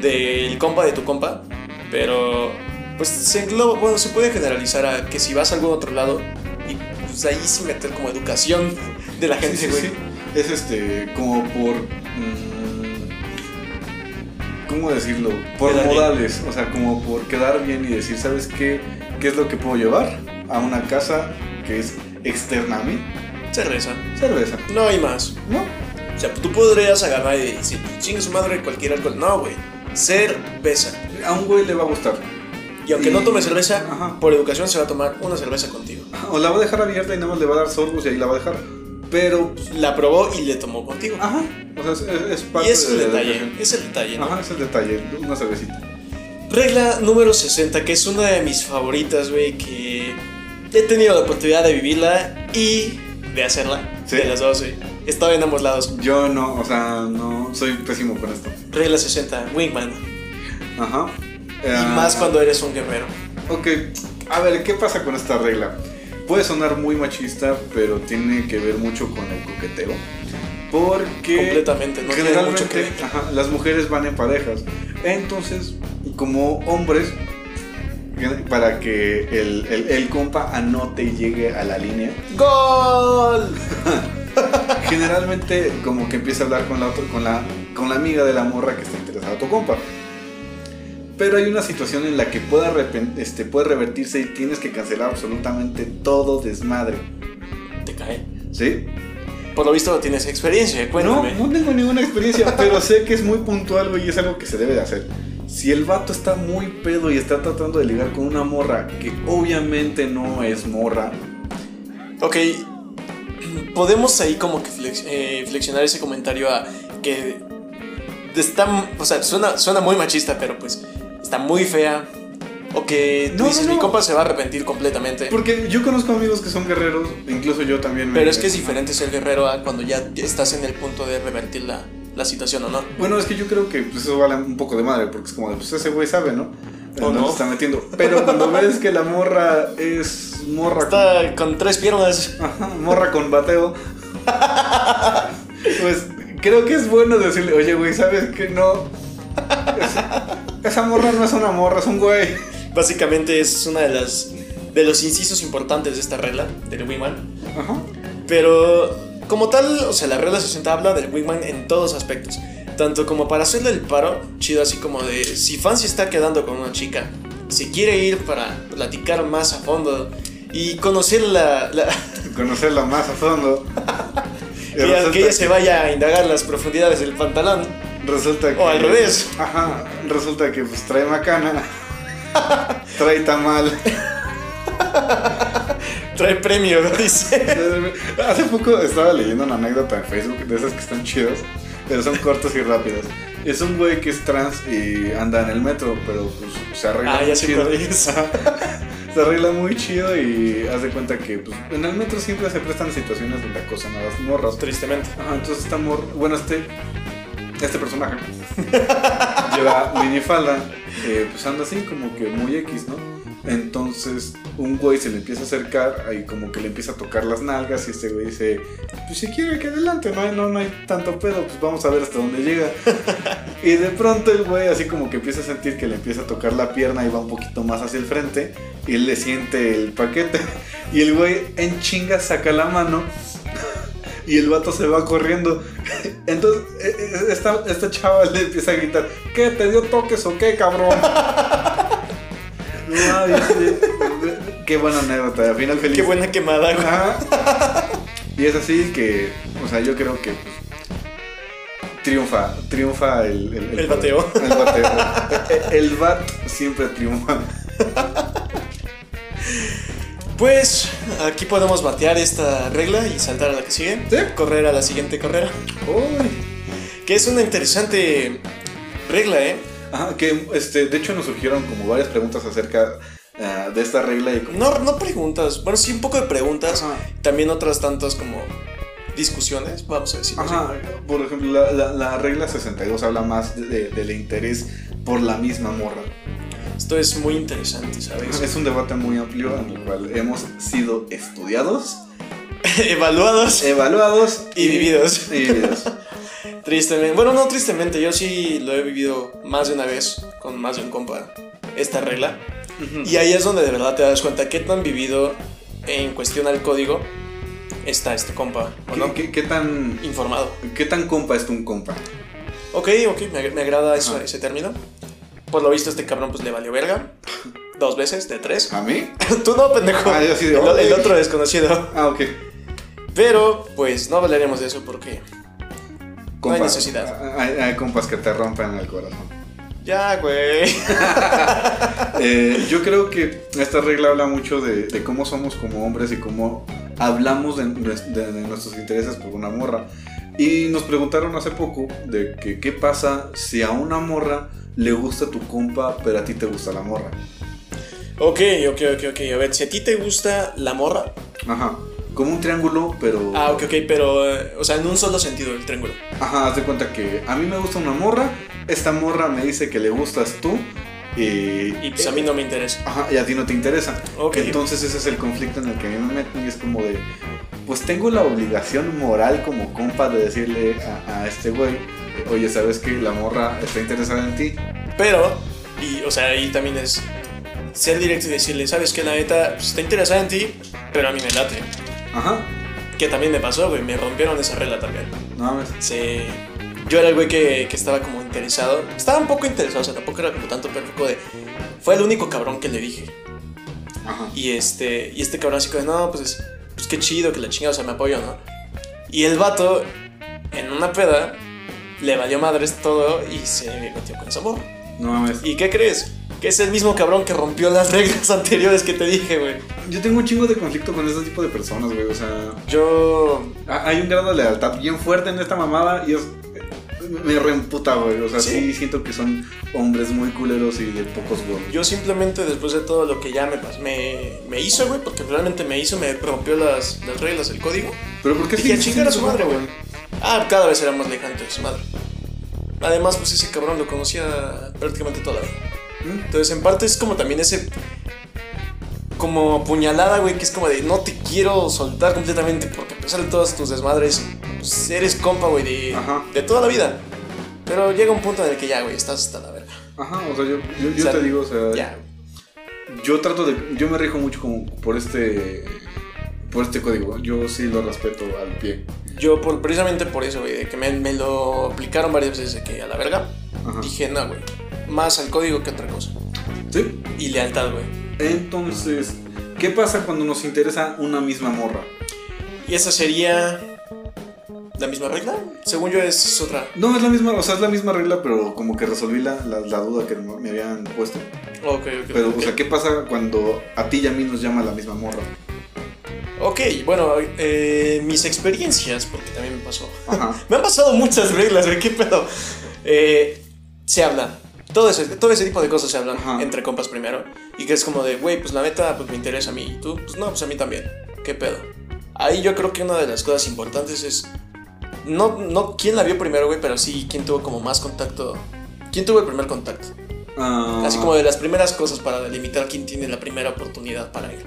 [SPEAKER 3] del compa de tu compa, pero pues se engloba, bueno, se puede generalizar a que si vas a algún otro lado y pues ahí sí meter como educación de la gente,
[SPEAKER 1] Sí, sí,
[SPEAKER 3] güey.
[SPEAKER 1] sí. Es este, como por. mm, ¿Cómo decirlo? Por
[SPEAKER 3] Quedar bien.
[SPEAKER 1] modales. O sea, como por quedar bien y decir, ¿sabes qué? ¿Qué es lo que puedo llevar a una casa que es externa a mí?
[SPEAKER 3] Cerveza.
[SPEAKER 1] Cerveza.
[SPEAKER 3] No hay más.
[SPEAKER 1] ¿No?
[SPEAKER 3] O sea, tú podrías agarrar y decir, chingue su madre cualquier alcohol. No, güey. Cerveza.
[SPEAKER 1] A un güey le va a gustar.
[SPEAKER 3] Y aunque no
[SPEAKER 1] Y-
[SPEAKER 3] tome cerveza,
[SPEAKER 1] ajá.
[SPEAKER 3] por educación se va a tomar una cerveza contigo.
[SPEAKER 1] O la va a dejar abierta y nada más le va a dar sorbos y ahí la va a dejar. Pero.
[SPEAKER 3] La probó y le tomó contigo.
[SPEAKER 1] Ajá. O sea, es, es- es Ah, parte
[SPEAKER 3] y ese es el
[SPEAKER 1] de la
[SPEAKER 3] detalle,
[SPEAKER 1] educación.
[SPEAKER 3] es el detalle. ¿no?
[SPEAKER 1] Ajá, es el detalle. Una cervecita.
[SPEAKER 3] Regla número 60, que es una de mis favoritas, güey, que he tenido la oportunidad de vivirla y de hacerla.
[SPEAKER 1] Sí.
[SPEAKER 3] De las dos, sí. Estaba en ambos lados.
[SPEAKER 1] Yo no, o sea, no, soy pésimo para esto.
[SPEAKER 3] Regla 60, Wingman.
[SPEAKER 1] Ajá. Ah. Eh,
[SPEAKER 3] Y más cuando eres un guerrero.
[SPEAKER 1] Ok, a ver, ¿qué pasa con esta regla? Puede sonar muy machista, pero tiene que ver mucho con el coqueteo. Porque
[SPEAKER 3] Completamente, no tiene mucho que
[SPEAKER 1] generalmente ah.
[SPEAKER 3] ver.
[SPEAKER 1] ajá, las mujeres van en parejas. Entonces, como hombres, para que el, el- el compa anote y llegue a la línea,
[SPEAKER 3] ¡Gol!
[SPEAKER 1] generalmente como que empieza a hablar con la, otra- con la, con la amiga de la morra que está interesada a tu compa. Pero hay una situación en la que puede, arrepen- este, puede revertirse y tienes que cancelar absolutamente todo desmadre.
[SPEAKER 3] Te cae.
[SPEAKER 1] ¿Sí?
[SPEAKER 3] Por lo visto tienes experiencia,
[SPEAKER 1] Bueno,
[SPEAKER 3] cuéntame.
[SPEAKER 1] no, no tengo ninguna
[SPEAKER 3] <laughs>
[SPEAKER 1] experiencia, pero sé que es muy puntual, güey, y es algo que se debe de hacer. Si el vato está muy pedo y está tratando de ligar con una morra que obviamente no es morra,
[SPEAKER 3] Ok, podemos ahí como que flex- eh, flexionar ese comentario a que está, o sea, suena, suena muy machista, pero pues está muy fea. O que tú
[SPEAKER 1] No,
[SPEAKER 3] dices,
[SPEAKER 1] no, no.
[SPEAKER 3] mi compa se va a arrepentir completamente.
[SPEAKER 1] porque yo conozco amigos que son guerreros, incluso yo también me-
[SPEAKER 3] Pero es que es diferente ser guerrero a cuando ya estás en el punto de revertir la, la situación o no.
[SPEAKER 1] Bueno, es que yo creo que pues, eso vale un poco de madre, porque es como de, pues ese güey sabe, ¿no? no
[SPEAKER 3] O no.
[SPEAKER 1] se está metiendo. Pero cuando ves que la morra es morra,
[SPEAKER 3] Está con tres piernas.
[SPEAKER 1] con, Ajá, morra con bateo, <laughs> pues creo que es bueno decirle, oye, güey, ¿sabes qué? No. Esa- esa morra no es una morra, es un güey.
[SPEAKER 3] Básicamente es una de las de los incisos importantes de esta regla del Wiman.
[SPEAKER 1] Ajá.
[SPEAKER 3] Pero como tal, o sea, la regla 60 habla del Wingman en todos aspectos. Tanto como para hacerle el paro, chido así como de si Fancy está quedando con una chica, si quiere ir para platicar más a fondo y conocer la...
[SPEAKER 1] <laughs>
[SPEAKER 3] la-
[SPEAKER 1] Conocerla más a
[SPEAKER 3] <laughs>
[SPEAKER 1] fondo. Y
[SPEAKER 3] que, ella- que ella se vaya a indagar las profundidades del pantalón.
[SPEAKER 1] resulta que.
[SPEAKER 3] o al revés.
[SPEAKER 1] Ajá. Resulta que pues trae macana. <laughs> trae tamal.
[SPEAKER 3] Trae premio, <laughs> dice.
[SPEAKER 1] Hace poco estaba leyendo una anécdota en Facebook de esas que están chidas, pero son cortas y rápidas. Es un güey que es trans y anda en el metro, pero pues se arregla
[SPEAKER 3] Ah,
[SPEAKER 1] muy
[SPEAKER 3] ya sé
[SPEAKER 1] chido.
[SPEAKER 3] cuál es.
[SPEAKER 1] Se arregla muy chido y hace cuenta que pues, en el metro siempre se prestan situaciones donde acosan a las morras.
[SPEAKER 3] Tristemente.
[SPEAKER 1] Ajá, entonces esta mor- bueno, este este personaje lleva minifalda, eh, pues anda así como que muy X, ¿no? Entonces un güey se le empieza a acercar y como que le empieza a tocar las nalgas y este güey dice, pues si quiere que adelante, no hay, no, no hay tanto pedo, pues vamos a ver hasta dónde llega. y de pronto el güey así como que empieza a sentir que le empieza a tocar la pierna y va un poquito más hacia el frente y él le siente el paquete <laughs> y el güey en chinga saca la mano <laughs> y el vato se va corriendo. <laughs> Entonces, eh, eh, esta, esta chava le empieza a gritar: ¿Qué? ¿Te dio toques o qué, cabrón? <laughs> No, yo sí de- qué buena anécdota, al final feliz.
[SPEAKER 3] Qué buena quemada, güey.
[SPEAKER 1] Ajá. Y es así que, o sea, yo creo que pues, triunfa, triunfa el,
[SPEAKER 3] El bateo.
[SPEAKER 1] <laughs> El bateo. El, el bat siempre triunfa.
[SPEAKER 3] Pues aquí podemos batear esta regla y saltar a la que sigue.
[SPEAKER 1] Sí.
[SPEAKER 3] Correr a la siguiente carrera.
[SPEAKER 1] Uy.
[SPEAKER 3] Que es una interesante regla, ¿eh?
[SPEAKER 1] Ajá, que este, de hecho nos surgieron como varias preguntas acerca ah, de esta regla y como.
[SPEAKER 3] No, no preguntas, bueno, sí un poco de preguntas,
[SPEAKER 1] Ajá.
[SPEAKER 3] también otras tantas como discusiones, vamos a decir.
[SPEAKER 1] Ajá, por ejemplo, la, la- la regla 62 habla más de- de- del interés por la misma morra.
[SPEAKER 3] Esto es muy interesante, ¿sabes?
[SPEAKER 1] Es un debate muy amplio en el cual hemos sido estudiados,
[SPEAKER 3] <laughs> Evaluados eh,
[SPEAKER 1] evaluados
[SPEAKER 3] y vividos.
[SPEAKER 1] y vividos.
[SPEAKER 3] Tristemente, bueno, no tristemente, yo sí lo he vivido más de una vez con más de un compa, esta regla. Y ahí es donde de verdad te das cuenta qué tan vivido en cuestión al código está este compa, ¿o
[SPEAKER 1] ¿Qué-
[SPEAKER 3] no?
[SPEAKER 1] ¿Qué, qué tan,
[SPEAKER 3] Informado.
[SPEAKER 1] ¿Qué tan compa es tu un compa?
[SPEAKER 3] Ok, ok, me, ag- me agrada eso,
[SPEAKER 1] Ajá.
[SPEAKER 3] ese término. Por lo visto, este cabrón pues le
[SPEAKER 1] <laughs>
[SPEAKER 3] valió verga. Dos veces, de tres.
[SPEAKER 1] ¿A mí?
[SPEAKER 3] <laughs> Tú no, pendejo.
[SPEAKER 1] Ah, yo sí de-
[SPEAKER 3] el, o- el otro desconocido.
[SPEAKER 1] Ah, ok.
[SPEAKER 3] Pero, pues, no hablaremos de eso porque hay necesidad.
[SPEAKER 1] Ah, Hay, hay compas que te rompen el corazón.
[SPEAKER 3] ya, güey. <laughs>
[SPEAKER 1] Eh, yo creo que esta regla habla mucho de, de cómo somos como hombres y cómo hablamos de, nues- de- de nuestros intereses por una morra. Y nos preguntaron hace poco de que qué pasa si a una morra le gusta tu compa, pero a ti te gusta la morra.
[SPEAKER 3] Ok, ok, ok, ok. A ver, si a ti te gusta la morra,
[SPEAKER 1] Ajá. Como un triángulo, pero...
[SPEAKER 3] Ah, ok, ok, pero, eh, o sea, en un solo sentido el triángulo.
[SPEAKER 1] Ajá, haz de cuenta que a mí me gusta una morra, esta morra me dice que le gustas tú y...
[SPEAKER 3] Y pues a mí no me interesa.
[SPEAKER 1] Ajá, y a ti no te interesa.
[SPEAKER 3] Ok.
[SPEAKER 1] Entonces ese es el conflicto en el que a mí me meto y es como de... Pues tengo la obligación moral como compa de decirle a, a este güey, oye, ¿sabes que la morra está interesada en ti?
[SPEAKER 3] Pero, y, o sea, ahí también es ser directo y decirle, sabes que la neta pues, está interesada en ti, pero a mí me late.
[SPEAKER 1] Ajá,
[SPEAKER 3] Que también me pasó, güey, me rompieron esa regla también.
[SPEAKER 1] no mames.
[SPEAKER 3] Sí. Yo era el güey que, que estaba como interesado. Estaba un poco interesado, o sea, tampoco era como tanto perfecto de. Fue el único cabrón que le dije.
[SPEAKER 1] Ajá.
[SPEAKER 3] Y este, y este cabrón así como, de, no, pues, pues qué chido, que la chingada, o sea, me apoyó, ¿no? Y el vato, en una peda, le valió madres todo y se metió con esa morra.
[SPEAKER 1] No mames.
[SPEAKER 3] ¿Y qué crees? Que es el mismo cabrón que rompió las <laughs> reglas anteriores que te dije, güey.
[SPEAKER 1] Yo tengo un chingo de conflicto con ese tipo de personas, güey. O sea,
[SPEAKER 3] Yo.
[SPEAKER 1] ha- Ah, hay un grado de lealtad bien fuerte en esta mamada y es. Me reemputa, güey. O sea,
[SPEAKER 3] Sí.
[SPEAKER 1] ¿Sí? siento que son hombres muy culeros y de pocos huevos.
[SPEAKER 3] Yo simplemente después de todo lo que ya me, pas- me, me hizo, güey, porque realmente me hizo, me rompió las, las reglas, el código.
[SPEAKER 1] Pero ¿por qué
[SPEAKER 3] Dije, a
[SPEAKER 1] sigues
[SPEAKER 3] chingar a su
[SPEAKER 1] siendo
[SPEAKER 3] madre,
[SPEAKER 1] guapo,
[SPEAKER 3] güey. Ah, cada vez era más lejano de su madre. Además, pues ese cabrón lo conocía prácticamente toda la vida.
[SPEAKER 1] ¿Mm?
[SPEAKER 3] Entonces, en parte es como también ese. Como puñalada, güey, que es como de no te quiero soltar completamente porque a pesar de todas tus desmadres, pues, eres compa, güey, de,
[SPEAKER 1] Ajá.
[SPEAKER 3] de toda la vida. Pero llega un punto en el que ya, güey, estás hasta la verga.
[SPEAKER 1] ¿Mm? Ajá, o sea, yo, yo, yo
[SPEAKER 3] O sea,
[SPEAKER 1] te digo, o sea,
[SPEAKER 3] Ya.
[SPEAKER 1] yo trato de. Yo me rijo mucho como por este. Por este código. Yo sí lo respeto al pie.
[SPEAKER 3] Yo, por, precisamente por eso, güey, de que me, me lo aplicaron varias veces, de que a la verga,
[SPEAKER 1] Ajá.
[SPEAKER 3] dije, no, güey, más al código que otra cosa.
[SPEAKER 1] Sí.
[SPEAKER 3] Y lealtad, güey.
[SPEAKER 1] Entonces, ¿qué pasa cuando nos interesa una misma morra?
[SPEAKER 3] Y esa sería. La misma regla. Según yo, es otra.
[SPEAKER 1] No, es la misma, o sea, es la misma regla, pero como que resolví la, la- la duda que me habían puesto.
[SPEAKER 3] Ok, ok.
[SPEAKER 1] Pero,
[SPEAKER 3] ok.
[SPEAKER 1] o sea, ¿qué pasa cuando a ti y a mí nos llama la misma morra?
[SPEAKER 3] Ok, bueno, eh, mis experiencias, porque también me pasó.
[SPEAKER 1] Ajá.
[SPEAKER 3] Me han pasado muchas reglas, güey, qué pedo. Eh, se habla. Todo ese, todo ese tipo de cosas se hablan
[SPEAKER 1] Ajá.
[SPEAKER 3] entre compas primero. Y que es como de, güey, pues la neta, pues me interesa a mí. Y tú, pues no, pues a mí también. ¿Qué pedo? Ahí yo creo que una de las cosas importantes es. No, no quién la vio primero, güey, pero sí quién tuvo como más contacto. ¿Quién tuvo el primer contacto?
[SPEAKER 1] Ah,
[SPEAKER 3] Así como de las primeras cosas para delimitar quién tiene la primera oportunidad para ir.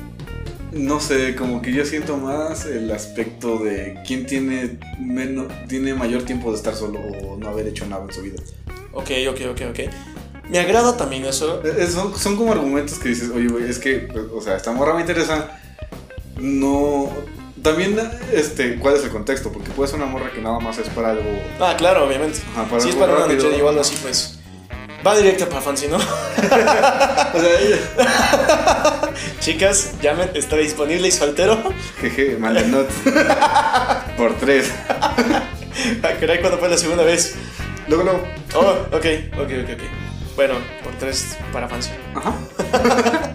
[SPEAKER 1] No sé, como que yo siento más el aspecto de quién tiene, menos, tiene mayor tiempo de estar solo o no haber hecho nada en su vida.
[SPEAKER 3] Ok, ok, ok, ok. Me agrada también eso.
[SPEAKER 1] Eh, eh, son, son como argumentos que dices, oye, güey, es que, pues, o sea, esta morra me interesa. No. También, este, ¿cuál es el contexto? Porque puede ser una morra que nada más es para algo.
[SPEAKER 3] Ah, claro, obviamente.
[SPEAKER 1] Ajá, para
[SPEAKER 3] si es
[SPEAKER 1] algo
[SPEAKER 3] para una
[SPEAKER 1] rápido.
[SPEAKER 3] noche igual así, pues. Va directa para Fancy,
[SPEAKER 1] <laughs>
[SPEAKER 3] ¿no? <laughs>
[SPEAKER 1] O sea, ella-
[SPEAKER 3] Chicas, llamen, está disponible y soltero. <laughs>
[SPEAKER 1] Jeje, Malenot. <laughs> Por tres.
[SPEAKER 3] Ah, Caray, cuando fue la segunda vez?
[SPEAKER 1] Luego, luego.
[SPEAKER 3] Oh, ok, ok, ok, ok. Bueno, por tres para Fancy.
[SPEAKER 1] <laughs> Ajá.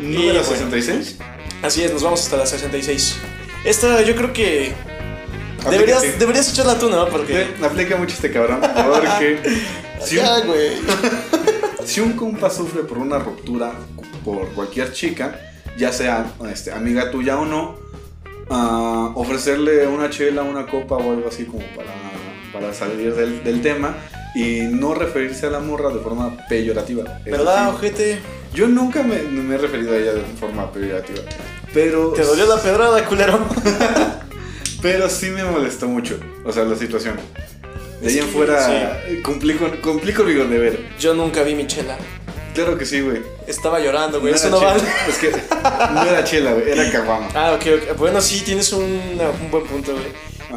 [SPEAKER 3] Y
[SPEAKER 1] Número
[SPEAKER 3] bueno.
[SPEAKER 1] 66.
[SPEAKER 3] Así es, nos vamos hasta la 66. Esta, yo creo que. Deberías,
[SPEAKER 1] Aplica-
[SPEAKER 3] deberías echarla tú, ¿no? Porque.
[SPEAKER 1] Sí, aplica mucho este cabrón.
[SPEAKER 3] <laughs>
[SPEAKER 1] Porque si
[SPEAKER 3] Ya,
[SPEAKER 1] un,
[SPEAKER 3] güey.
[SPEAKER 1] <laughs> si un compa sufre por una ruptura por cualquier chica, ya sea este, amiga tuya o no, ah, ofrecerle una chela, una copa o algo así como para, para salir del, del tema y no referirse a la morra de forma peyorativa. Es
[SPEAKER 3] ¿Verdad,
[SPEAKER 1] decir,
[SPEAKER 3] ojete?
[SPEAKER 1] Yo nunca me, me he referido a ella de forma peyorativa. Pero,
[SPEAKER 3] Te dolió la pedrada, culero. <laughs>
[SPEAKER 1] pero sí me molestó mucho. O sea, la situación. De
[SPEAKER 3] Es
[SPEAKER 1] ahí en
[SPEAKER 3] que,
[SPEAKER 1] fuera cumplí, con, cumplí con mi deber.
[SPEAKER 3] Yo nunca vi mi chela.
[SPEAKER 1] Claro que sí, güey.
[SPEAKER 3] Estaba llorando, güey.
[SPEAKER 1] No
[SPEAKER 3] Eso
[SPEAKER 1] era
[SPEAKER 3] no
[SPEAKER 1] chela.
[SPEAKER 3] vale.
[SPEAKER 1] Es que no era chela, güey. Era caguama.
[SPEAKER 3] Ah, ok, ok. Bueno, sí, tienes un, un buen punto, güey.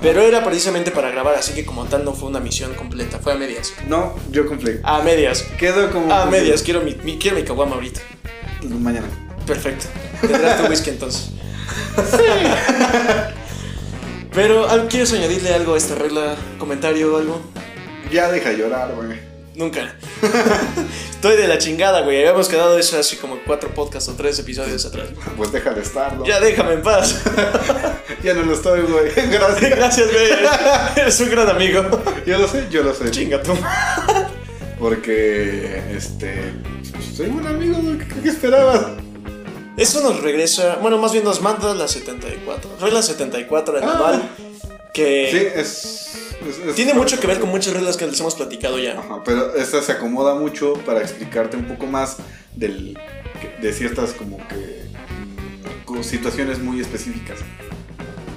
[SPEAKER 3] Pero era precisamente para grabar, así que como tal no fue una misión completa, fue a medias.
[SPEAKER 1] No, yo cumplí.
[SPEAKER 3] A medias.
[SPEAKER 1] Quedo como... pues,
[SPEAKER 3] A medias, quiero mi, mi- quiero mi caguama ahorita.
[SPEAKER 1] Mañana.
[SPEAKER 3] Perfecto. Tendrás tu whisky entonces. Pero, ah, ¿quieres añadirle algo a esta regla? ¿Comentario o algo?
[SPEAKER 1] Ya deja de llorar, güey. <laughs>
[SPEAKER 3] Nunca. Estoy de la chingada, güey. Habíamos quedado eso hace como cuatro podcasts o tres episodios atrás.
[SPEAKER 1] Pues deja de estarlo.
[SPEAKER 3] Ya déjame en paz.
[SPEAKER 1] Ya no lo estoy, güey. <laughs> Gracias.
[SPEAKER 3] <laughs> Gracias, güey. Eres un gran amigo. <laughs>
[SPEAKER 1] Yo lo sé, yo lo sé.
[SPEAKER 3] Chinga tú.
[SPEAKER 1] Porque, este... Soy un amigo, güey. ¿Qué, qué esperabas?
[SPEAKER 3] Esto nos regresa, bueno, más bien nos manda la 74, regla 74 de
[SPEAKER 1] Ah.
[SPEAKER 3] Naval, que
[SPEAKER 1] Sí, es. es- es-
[SPEAKER 3] Eh. tiene mucho que ver con muchas reglas que les hemos platicado ya.
[SPEAKER 1] Ajá, pero esta se acomoda mucho para explicarte un poco más del, de ciertas como que mm, como situaciones muy específicas.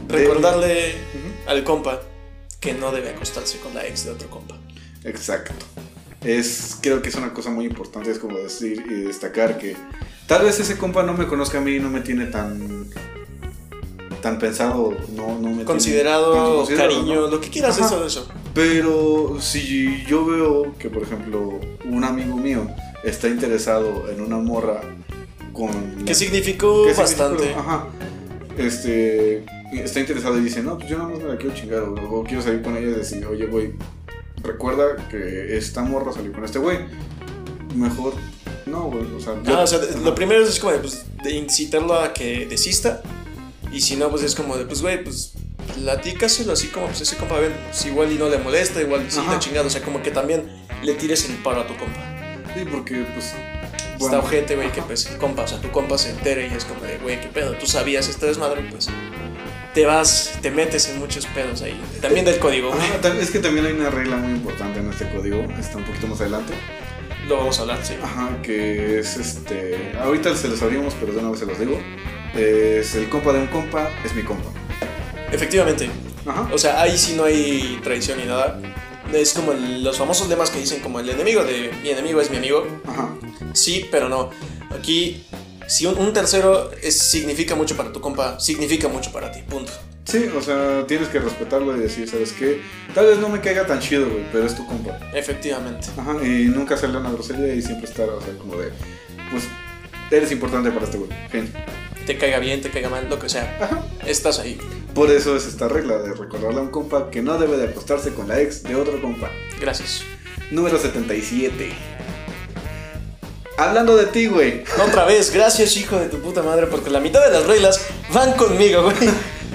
[SPEAKER 1] De-
[SPEAKER 3] Recordarle
[SPEAKER 1] Ujú,
[SPEAKER 3] al compa que no debe acostarse con la ex de otro compa.
[SPEAKER 1] Exacto. Es, creo que es una cosa muy importante, es como decir y destacar que tal vez ese compa no me conozca a mí y no me tiene tan tan pensado, no, no me tiene-
[SPEAKER 3] Considerado,
[SPEAKER 1] considerado,
[SPEAKER 3] cariño,
[SPEAKER 1] ¿no?
[SPEAKER 3] lo que quieras,
[SPEAKER 1] Ajá.
[SPEAKER 3] eso de eso.
[SPEAKER 1] Pero si yo veo que, por ejemplo, un amigo mío está interesado en una morra con... la-
[SPEAKER 3] Que significó
[SPEAKER 1] que sí,
[SPEAKER 3] bastante.
[SPEAKER 1] pero, Ajá. Este... Está interesado y dice, no, pues yo nada más me la quiero chingar. O, o quiero salir con ella y decir, oye, güey, recuerda que esta morra salió con este güey. Mejor... No, güey, o sea... yo-
[SPEAKER 3] Ah, o sea,
[SPEAKER 1] ajá.
[SPEAKER 3] lo primero es como de, pues, de incitarlo a que desista. Y si no, pues es como de, pues, güey, pues platícaselo así como, pues ese compa, ven, pues igual y no le molesta, igual y sí,
[SPEAKER 1] Ajá.
[SPEAKER 3] la chingada. O sea, como que también le tires el paro a tu compa.
[SPEAKER 1] Sí, porque, pues...
[SPEAKER 3] Está
[SPEAKER 1] bueno,
[SPEAKER 3] ojete, güey, que
[SPEAKER 1] ajá.
[SPEAKER 3] pues el compa, o sea, tu compa se entere y es como de, güey, qué pedo, tú sabías este desmadre, pues te vas, te metes en muchos pedos ahí. También del código, güey.
[SPEAKER 1] Ajá, tal- es que también hay una regla muy importante en este código, está un poquito más adelante.
[SPEAKER 3] Lo vamos a hablar, sí.
[SPEAKER 1] Ajá, que es este. Ahorita se los abrimos, pero de una vez se los digo. Es el compa de un compa, es mi compa.
[SPEAKER 3] Efectivamente,
[SPEAKER 1] Ajá.
[SPEAKER 3] O sea, ahí sí no hay traición ni nada. Es como el- los famosos lemas que dicen como el enemigo de mi enemigo es mi amigo.
[SPEAKER 1] Ajá.
[SPEAKER 3] Sí, pero no. Aquí, si un, un tercero es- significa mucho para tu compa, significa mucho para ti, punto.
[SPEAKER 1] Sí, o sea, tienes que respetarlo y decir, ¿sabes qué? Tal vez no me caiga tan chido, güey, pero es tu compa.
[SPEAKER 3] Efectivamente.
[SPEAKER 1] Ajá. Y nunca hacerle una grosería y siempre estar, o sea, como de. Pues eres importante para este güey. Fin.
[SPEAKER 3] Te caiga bien, te caiga mal, lo que sea.
[SPEAKER 1] Ajá.
[SPEAKER 3] Estás ahí.
[SPEAKER 1] Por eso es esta regla de recordarle a un compa que no debe de acostarse con la ex de otro compa.
[SPEAKER 3] Gracias.
[SPEAKER 1] Número 77. Hablando de ti, güey.
[SPEAKER 3] Otra vez, gracias hijo de tu puta madre, porque la mitad de las reglas van conmigo, güey.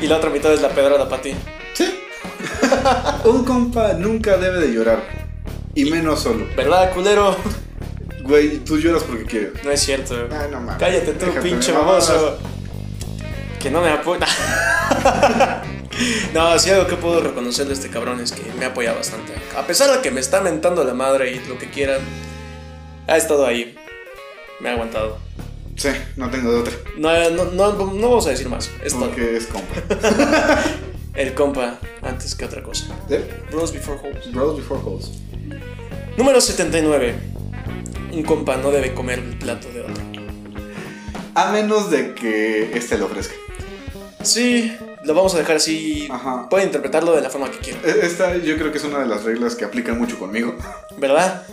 [SPEAKER 3] Y la otra mitad es la pedrada para ti.
[SPEAKER 1] Sí. Un compa nunca debe de llorar. Y menos solo.
[SPEAKER 3] ¿Verdad, culero?
[SPEAKER 1] Güey, tú lloras porque quieres.
[SPEAKER 3] No es cierto. güey.
[SPEAKER 1] Ah, no mames.
[SPEAKER 3] Cállate tú,
[SPEAKER 1] Déjate de
[SPEAKER 3] pinche
[SPEAKER 1] mamadas.
[SPEAKER 3] baboso. Que no me apoya. <laughs> no, si algo que puedo reconocer de este cabrón es que me apoya bastante. A pesar de que me está mentando la madre y lo que quieran, ha estado ahí. Me ha aguantado.
[SPEAKER 1] Sí, no tengo de otra.
[SPEAKER 3] No, no, no, no vamos a decir más. Es todo.
[SPEAKER 1] Porque es compa.
[SPEAKER 3] El compa, antes que otra cosa.
[SPEAKER 1] ¿Eh?
[SPEAKER 3] Bros before hoes.
[SPEAKER 1] Bros before hoes.
[SPEAKER 3] Número 79. Un compa no debe comer el plato de otro.
[SPEAKER 1] A menos de que este lo ofrezca.
[SPEAKER 3] Sí, lo vamos a dejar así.
[SPEAKER 1] Ajá.
[SPEAKER 3] Pueden interpretarlo de la forma que quieran.
[SPEAKER 1] E- Esta yo creo que es una de las reglas que aplican mucho conmigo. <laughs>
[SPEAKER 3] ¿Verdad?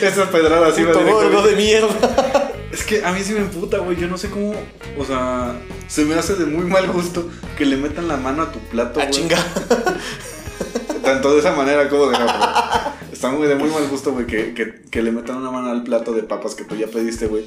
[SPEAKER 1] Esa pedrada así va
[SPEAKER 3] Puto
[SPEAKER 1] directamente.
[SPEAKER 3] gordo de mierda. Ah,
[SPEAKER 1] Es que a mí sí me emputa, güey. Yo no sé cómo. O sea, se me hace de muy mal gusto que le metan la mano a tu plato,
[SPEAKER 3] A
[SPEAKER 1] güey.
[SPEAKER 3] chingar.
[SPEAKER 1] Tanto de esa manera como de la otra. Está muy de muy mal gusto, güey, que, que- que le metan una mano al plato de papas que tú ya pediste, güey.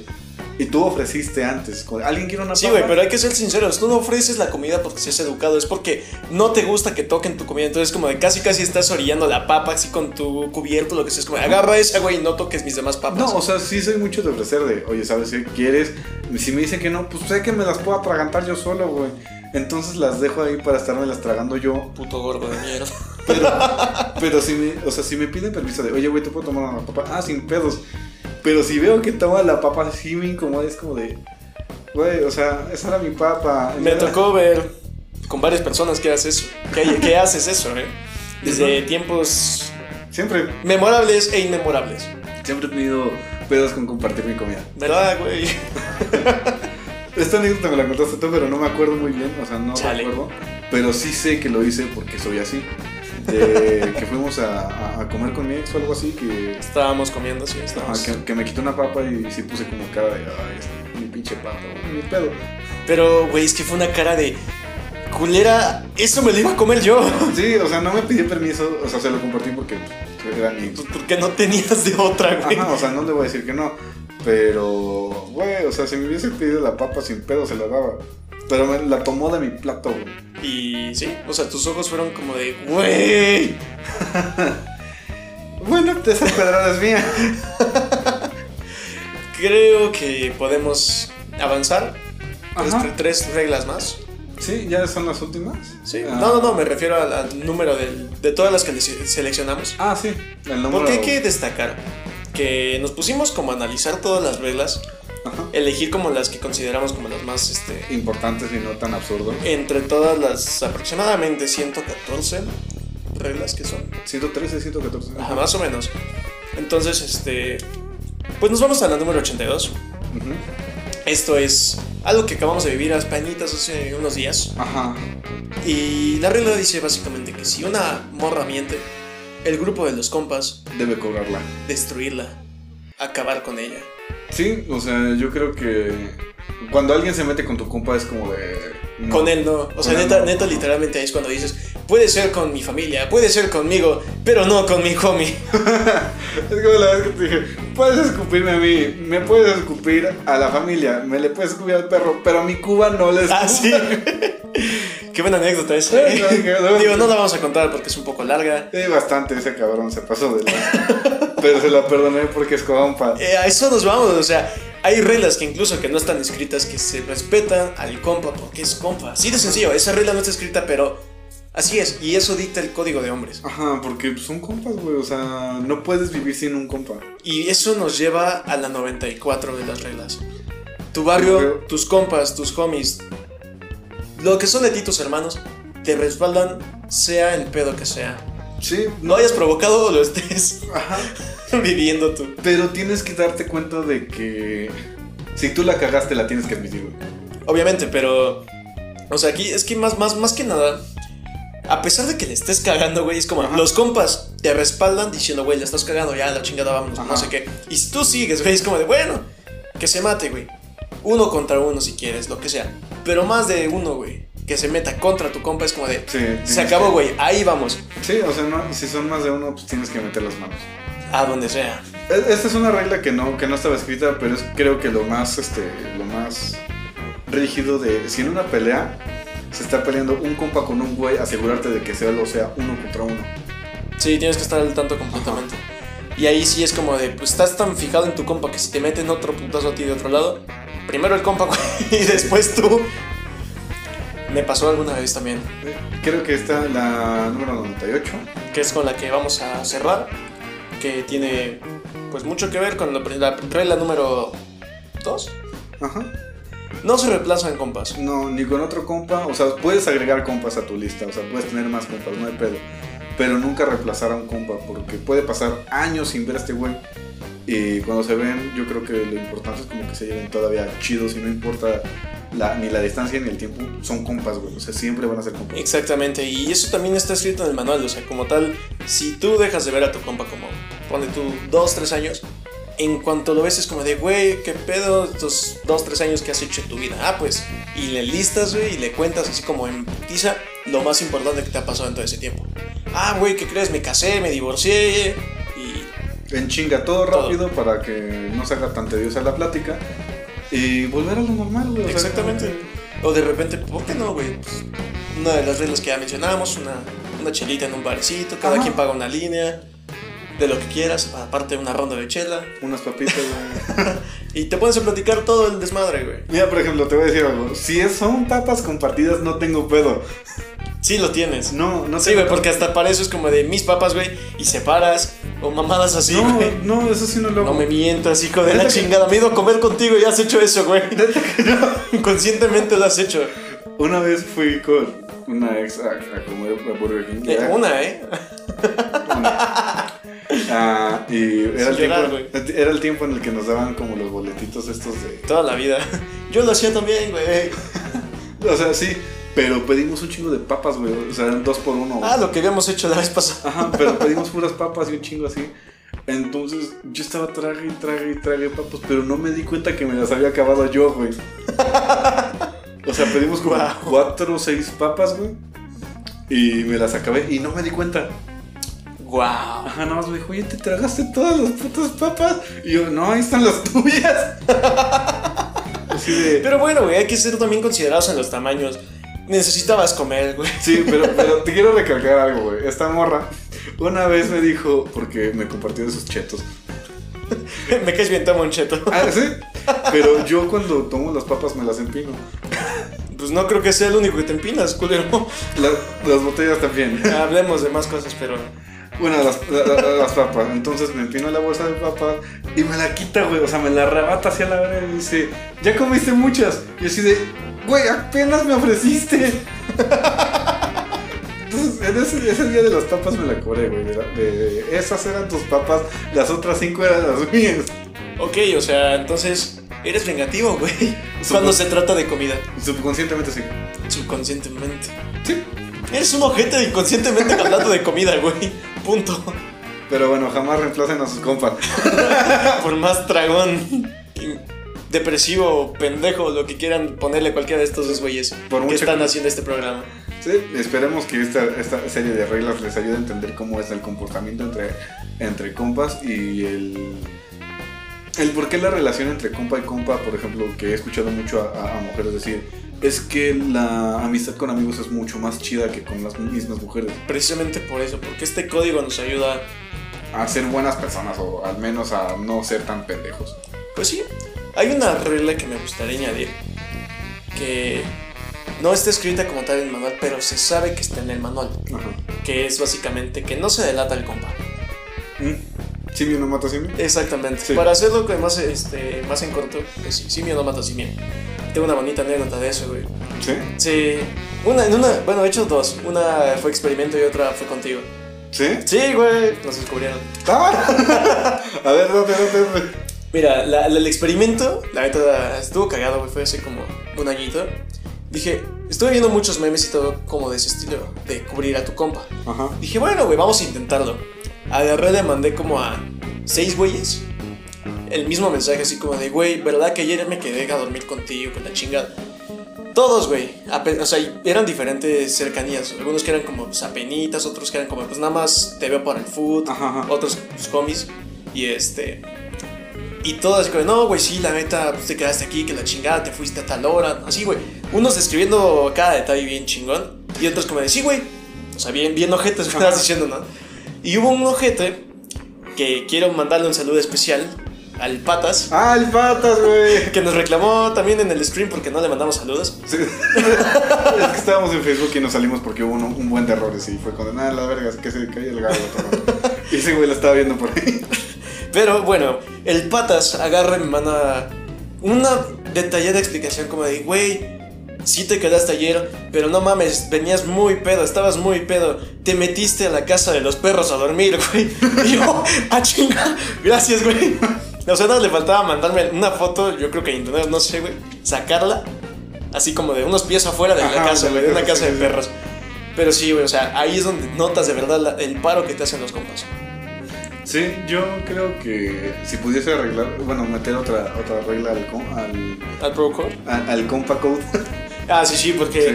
[SPEAKER 1] Y tú ofreciste antes. como, ¿Alguien quiere una
[SPEAKER 3] Sí,
[SPEAKER 1] papa?
[SPEAKER 3] güey, pero hay que ser sinceros. Tú no ofreces la comida porque seas educado, es porque no te gusta que toquen tu comida. Entonces, como de casi casi estás orillando la papa así con tu cubierto, lo que sea. Es como, agarra esa, güey, y no toques mis demás papas.
[SPEAKER 1] No, o sea, sí soy mucho de ofrecer de, oye, ¿sabes qué quieres? Si me dicen que no, pues sé que me las puedo atragantar yo solo, güey. Entonces las dejo ahí para estarme las tragando yo.
[SPEAKER 3] puto gordo de mierda.
[SPEAKER 1] Pero, <laughs> pero si me, o sea, si me piden permiso de, oye, güey, ¿te puedo tomar una papa? Ah, sin pedos. Pero si veo que toma la papa, sí me incomoda, es como de, güey, o sea, esa era mi papa.
[SPEAKER 3] <laughs> Me
[SPEAKER 1] Ya-
[SPEAKER 3] tocó ver con varias personas que haces eso. Que, que haces eso, eh. Desde tiempos
[SPEAKER 1] Siempre,
[SPEAKER 3] memorables e inmemorables.
[SPEAKER 1] siempre he tenido pedos con compartir mi comida.
[SPEAKER 3] ¿Verdad, güey?
[SPEAKER 1] Esta anécdota me la contaste tú, pero no me acuerdo muy bien, o sea, no
[SPEAKER 3] Chale.
[SPEAKER 1] recuerdo. Pero sí sé que lo hice porque soy así. De que fuimos a, a- a comer con mi ex o algo así, que,
[SPEAKER 3] Estábamos comiendo, sí,
[SPEAKER 1] ajá,
[SPEAKER 3] estábamos.
[SPEAKER 1] que, que me quitó una papa y sí puse como cara de, ay, es mi pinche papa, güey, mi pedo. <clears throat>
[SPEAKER 3] Pero, güey, es que fue una cara de. Culera, eso me lo iba a comer yo.
[SPEAKER 1] Sí, o sea, no me pidió permiso, o sea, se lo compartí porque era mi ex.
[SPEAKER 3] Pues porque no tenías de otra, güey.
[SPEAKER 1] Ajá, o sea, no le voy a decir que no. Pero, güey, o sea, si me hubiese pedido la papa sin pedo, se la daba. Pero me la tomó de mi plato, güey.
[SPEAKER 3] Y sí, o sea, tus ojos fueron como de, güey.
[SPEAKER 1] Bueno, esa pedrada es mía.
[SPEAKER 3] Creo que podemos avanzar. Tres,
[SPEAKER 1] Ajá.
[SPEAKER 3] tres reglas más.
[SPEAKER 1] Sí, ya son las últimas.
[SPEAKER 3] Sí.
[SPEAKER 1] Ah.
[SPEAKER 3] No, no, no, me refiero al, al número del- de todas las que dese- seleccionamos.
[SPEAKER 1] Ah, sí. El número.
[SPEAKER 3] Porque hay que destacar que nos pusimos como a analizar todas las reglas,
[SPEAKER 1] Ajá.
[SPEAKER 3] elegir como las que consideramos como las más, este,
[SPEAKER 1] Importantes y no tan absurdo.
[SPEAKER 3] entre todas las aproximadamente 114 reglas que son,
[SPEAKER 1] 113, 114.
[SPEAKER 3] Ajá, más o menos. Entonces, este, pues nos vamos a la número 82.
[SPEAKER 1] Ujú.
[SPEAKER 3] Esto es algo que acabamos de vivir a pañitas hace unos días.
[SPEAKER 1] Ajá.
[SPEAKER 3] Y la regla dice básicamente que si una morra miente, el grupo de los compas,
[SPEAKER 1] Debe cobrarla.
[SPEAKER 3] destruirla, acabar con ella.
[SPEAKER 1] Sí, o sea, yo creo que cuando alguien se mete con tu compa es como de. no.
[SPEAKER 3] Con él no. O sea,
[SPEAKER 1] Con él
[SPEAKER 3] neta,
[SPEAKER 1] no.
[SPEAKER 3] neta, literalmente ahí es cuando dices, puede ser con mi familia, puede ser conmigo, pero no con mi
[SPEAKER 1] <laughs>
[SPEAKER 3] homie.
[SPEAKER 1] Es como la vez que te dije, puedes escupirme a mí, me puedes escupir a la familia, me le puedes escupir al perro, pero a mi Cuba no le escupo".
[SPEAKER 3] Ah, sí. <laughs> Qué buena anécdota esa. ¿eh?
[SPEAKER 1] <laughs> Sí, claro, claro.
[SPEAKER 3] Digo, no la vamos a contar porque es un poco larga.
[SPEAKER 1] Sí, bastante, ese cabrón se pasó de la... Pero se la perdoné porque es compa.
[SPEAKER 3] Eh, a eso nos vamos, o sea, hay reglas que incluso que no están escritas que se respetan al compa porque es compa. Así de sencillo, esa regla no está escrita, pero así es. Y eso dicta el código de hombres.
[SPEAKER 1] Ajá, porque pues, son compas, güey, o sea, no puedes vivir sin un compa.
[SPEAKER 3] Y eso nos lleva a la 94 de las reglas. Tu barrio,
[SPEAKER 1] Ujú.
[SPEAKER 3] tus compas, tus homies, lo que son de ti tus hermanos, te respaldan sea el pedo que sea.
[SPEAKER 1] Sí,
[SPEAKER 3] Lo hayas provocado o lo estés <laughs>
[SPEAKER 1] Ajá.
[SPEAKER 3] viviendo tú.
[SPEAKER 1] Pero tienes que darte cuenta de que si tú la cagaste la tienes que admitir, güey.
[SPEAKER 3] Obviamente, pero... O sea, aquí es que más, más, más que nada... A pesar de que le estés cagando, güey, es como
[SPEAKER 1] Ajá.
[SPEAKER 3] los compas te respaldan diciendo, güey, la estás cagando, ya, la chingada, vámonos,
[SPEAKER 1] Ajá.
[SPEAKER 3] no sé qué. Y si tú sigues, güey, es como de, bueno, que se mate, güey. Uno contra uno si quieres, lo que sea. Pero más de uno, güey, que se meta contra tu compa es como de,
[SPEAKER 1] Sí, tienes
[SPEAKER 3] se acabó,
[SPEAKER 1] que-
[SPEAKER 3] güey, ahí vamos,
[SPEAKER 1] Sí, o sea, no, si son más de uno, pues tienes que meter las manos.
[SPEAKER 3] a donde sea.
[SPEAKER 1] E- Esta es una regla que no, que no estaba escrita, pero es creo que lo más, este, lo más rígido de si en una pelea se está peleando un compa con un güey, asegurarte de que sea lo sea uno contra uno.
[SPEAKER 3] Sí, tienes que estar al tanto completamente. Y ahí sí es como de, pues estás tan fijado en tu compa que si te meten otro putazo a ti de otro lado, primero el compa <laughs> güey, y después tú. Me pasó alguna vez también,
[SPEAKER 1] Eh, Creo que está la número 98.
[SPEAKER 3] que es con la que vamos a cerrar, que tiene pues mucho que ver con la, la regla número 2.
[SPEAKER 1] Ajá.
[SPEAKER 3] No se reemplazan compas.
[SPEAKER 1] No, ni con otro compa. O sea, puedes agregar compas a tu lista. O sea, puedes tener más compas, no hay pedo. Pero nunca reemplazar a un compa porque puede pasar años sin ver a este güey. Y cuando se ven, yo creo que lo importante es como que se lleven todavía chidos y no importa la- ni la distancia ni el tiempo. Son compas, güey. O sea, siempre van a ser compas.
[SPEAKER 3] Exactamente, y eso también está escrito en el manual, o sea, como tal, si tú dejas de ver a tu compa como, pone tú, dos, tres años, en cuanto lo ves es como de, güey, qué pedo estos dos, tres años que has hecho en tu vida, ah, pues, y le listas, güey, y le cuentas así como en tiza lo más importante que te ha pasado en todo ese tiempo. Ah, güey, ¿qué crees? Me casé, me divorcié, y
[SPEAKER 1] En chinga, todo
[SPEAKER 3] Todo.
[SPEAKER 1] rápido para que no se haga tan tediosa la plática. Y volver a lo normal, güey. O sea,
[SPEAKER 3] Exactamente. O de repente, ¿por qué no, güey? Pues, una de las reglas que ya mencionábamos, una, una chelita en un barecito, cada
[SPEAKER 1] Ajá.
[SPEAKER 3] quien paga una línea, de lo que quieras, aparte una ronda de chela.
[SPEAKER 1] Unas papitas, güey.
[SPEAKER 3] Y te pones a platicar todo el desmadre, güey.
[SPEAKER 1] Mira, por ejemplo, te voy a decir algo. Si es- son papas compartidas, no tengo pedo.
[SPEAKER 3] Sí, lo tienes.
[SPEAKER 1] No, no
[SPEAKER 3] sí,
[SPEAKER 1] tengo-
[SPEAKER 3] güey, porque hasta para eso es como de mis papas, güey, y separas, o mamadas así,
[SPEAKER 1] no,
[SPEAKER 3] güey.
[SPEAKER 1] no, eso sí no lo
[SPEAKER 3] No,
[SPEAKER 1] hago.
[SPEAKER 3] me mientas, hijo de
[SPEAKER 1] Neta
[SPEAKER 3] la
[SPEAKER 1] que-
[SPEAKER 3] chingada. Me he ido a comer contigo y has hecho eso, güey. <laughs> Inconscientemente lo has hecho.
[SPEAKER 1] Una vez fui con una ex a, a comer a Burger King.
[SPEAKER 3] Eh,
[SPEAKER 1] Era-
[SPEAKER 3] una, ¿eh?
[SPEAKER 1] <laughs> una. Ah, y era el,
[SPEAKER 3] Sin llorar,
[SPEAKER 1] tiempo, era el tiempo en el que nos daban como los boletitos estos de...
[SPEAKER 3] Toda la vida. Yo lo hacía también, güey.
[SPEAKER 1] O sea, sí, pero pedimos un chingo de papas, güey. O sea, eran dos por uno. güey.
[SPEAKER 3] Ah, lo que habíamos hecho la vez pasada.
[SPEAKER 1] Ajá, pero pedimos puras papas y un chingo así. Entonces yo estaba trague y trague y trague papas, pero no me di cuenta que me las había acabado yo, güey. O sea, pedimos como
[SPEAKER 3] Guau.
[SPEAKER 1] cuatro o seis papas, güey. Y me las acabé y no me di cuenta.
[SPEAKER 3] Wow.
[SPEAKER 1] Ajá, nada más me dijo, oye, te tragaste todas las putas papas. Y yo, no, ahí están las tuyas. <laughs> Así de.
[SPEAKER 3] Pero bueno, güey, hay que ser también considerados en los tamaños. Necesitabas comer, güey. <laughs>
[SPEAKER 1] Sí, pero, pero te quiero recalcar algo, güey. Esta morra una vez me dijo, porque me compartió de sus chetos.
[SPEAKER 3] Me caes bien, toma un cheto.
[SPEAKER 1] Ah, sí. <laughs> Pero yo cuando tomo las papas me las empino.
[SPEAKER 3] Pues no creo que sea el único que te empinas, culero. <laughs>
[SPEAKER 1] La- las botellas también.
[SPEAKER 3] Hablemos de más cosas, pero.
[SPEAKER 1] Bueno, las, la- la- las papas. Entonces me empino la bolsa de papas y me la quita, güey. O sea, me la arrebata hacia la hora y me dice, ya comiste muchas. Y así de, güey, apenas me ofreciste. <laughs> Entonces, en ese, ese día de las papas me la cobré, güey. de la- de- de- esas eran tus papas, las otras cinco eran las mías.
[SPEAKER 3] Ok, o sea, entonces. Eres vengativo, güey. Cuando se trata de comida.
[SPEAKER 1] Subconscientemente sí.
[SPEAKER 3] Subconscientemente.
[SPEAKER 1] Sí.
[SPEAKER 3] Eres un ojete inconscientemente hablando de comida, güey. Punto. <laughs>
[SPEAKER 1] Pero bueno, jamás reemplacen a sus compas.
[SPEAKER 3] Por más tragón. y Depresivo, pendejo, lo que quieran ponerle a cualquiera de estos dos güeyes
[SPEAKER 1] Por
[SPEAKER 3] que
[SPEAKER 1] mucho
[SPEAKER 3] están
[SPEAKER 1] que-
[SPEAKER 3] haciendo este programa.
[SPEAKER 1] Sí, esperemos que esta, esta serie de reglas les ayude a entender cómo es el comportamiento entre, entre compas y el, el por qué la relación entre compa y compa, por ejemplo, que he escuchado mucho a, a- a mujeres decir, es que la amistad con amigos es mucho más chida que con las mismas mujeres,
[SPEAKER 3] Precisamente por eso, porque este código nos ayuda
[SPEAKER 1] a ser buenas personas o al menos a no ser tan pendejos.
[SPEAKER 3] Pues sí, hay una regla que me gustaría añadir, que no está escrita como tal en el manual, pero se sabe que está en el manual,
[SPEAKER 1] Ajá.
[SPEAKER 3] que es básicamente que no se delata el compa.
[SPEAKER 1] Mm. ¿Simio no mata simio?
[SPEAKER 3] Exactamente.
[SPEAKER 1] Sí.
[SPEAKER 3] Para hacerlo que más, este, más en corto, pues, simio no mata simio. Tengo una bonita anécdota de eso, güey.
[SPEAKER 1] Sí.
[SPEAKER 3] Sí, una, en una, bueno, he hecho dos. Una fue experimento y otra fue contigo.
[SPEAKER 1] ¿Sí?
[SPEAKER 3] Sí, güey, nos descubrieron.
[SPEAKER 1] Ah. <laughs> a ver, date, date, date.
[SPEAKER 3] Mira, la- la- el experimento, la neta, estuvo cagado, güey, fue hace como un añito. Dije, estuve viendo muchos memes y todo como de ese estilo, de cubrir a tu compa.
[SPEAKER 1] Ajá.
[SPEAKER 3] Dije, bueno, güey, vamos a intentarlo. Agarré, le mandé como a seis güeyes el mismo mensaje, así como de, güey, ¿verdad que ayer me quedé a dormir contigo, con la chingada? Todos, güey, ape- o sea, eran diferentes cercanías. Algunos que eran como, pues, apenitas, otros que eran como, pues, nada más te veo por el food,
[SPEAKER 1] Ajá, ajá.
[SPEAKER 3] otros pues, homies, y este. Y todos, como, no, güey, sí, la neta, pues, te quedaste aquí, que la chingada, te fuiste a tal hora, así, güey. Unos describiendo cada detalle bien chingón, y otros como de, sí, güey, o sea, bien, bien ojetes, <laughs> me estás diciendo, ¿no? Y hubo un ojete que quiero mandarle un saludo especial al Patas,
[SPEAKER 1] Ah, el patas, güey.
[SPEAKER 3] que nos reclamó también en el stream porque no le mandamos saludos.
[SPEAKER 1] Sí. <laughs> es que estábamos en Facebook y nos salimos porque hubo un, un buen de errores y fue con nada, la verga, que se cae el gato. <laughs> Y ese güey lo estaba viendo por ahí.
[SPEAKER 3] Pero bueno, el patas agarra y me manda una detallada explicación como de, güey, sí te quedaste ayer, pero no mames, venías muy pedo, estabas muy pedo, te metiste a la casa de los perros a dormir, <laughs> güey. Y yo, a chinga, gracias, güey. O sea, nada, le faltaba mandarme una foto, yo creo que en internet, no sé, güey, sacarla, así como de unos pies afuera de la
[SPEAKER 1] Ajá, de
[SPEAKER 3] casa,
[SPEAKER 1] la
[SPEAKER 3] güey, de una
[SPEAKER 1] casa,
[SPEAKER 3] casa
[SPEAKER 1] sí,
[SPEAKER 3] de
[SPEAKER 1] sí.
[SPEAKER 3] perros. Pero sí, güey, o sea, ahí es donde notas de verdad la- el paro que te hacen los compas.
[SPEAKER 1] Sí, yo creo que si pudiese arreglar, bueno, meter otra, otra regla al, com- al,
[SPEAKER 3] ¿Al Procore?
[SPEAKER 1] al, al compa code.
[SPEAKER 3] Ah, sí, sí, porque...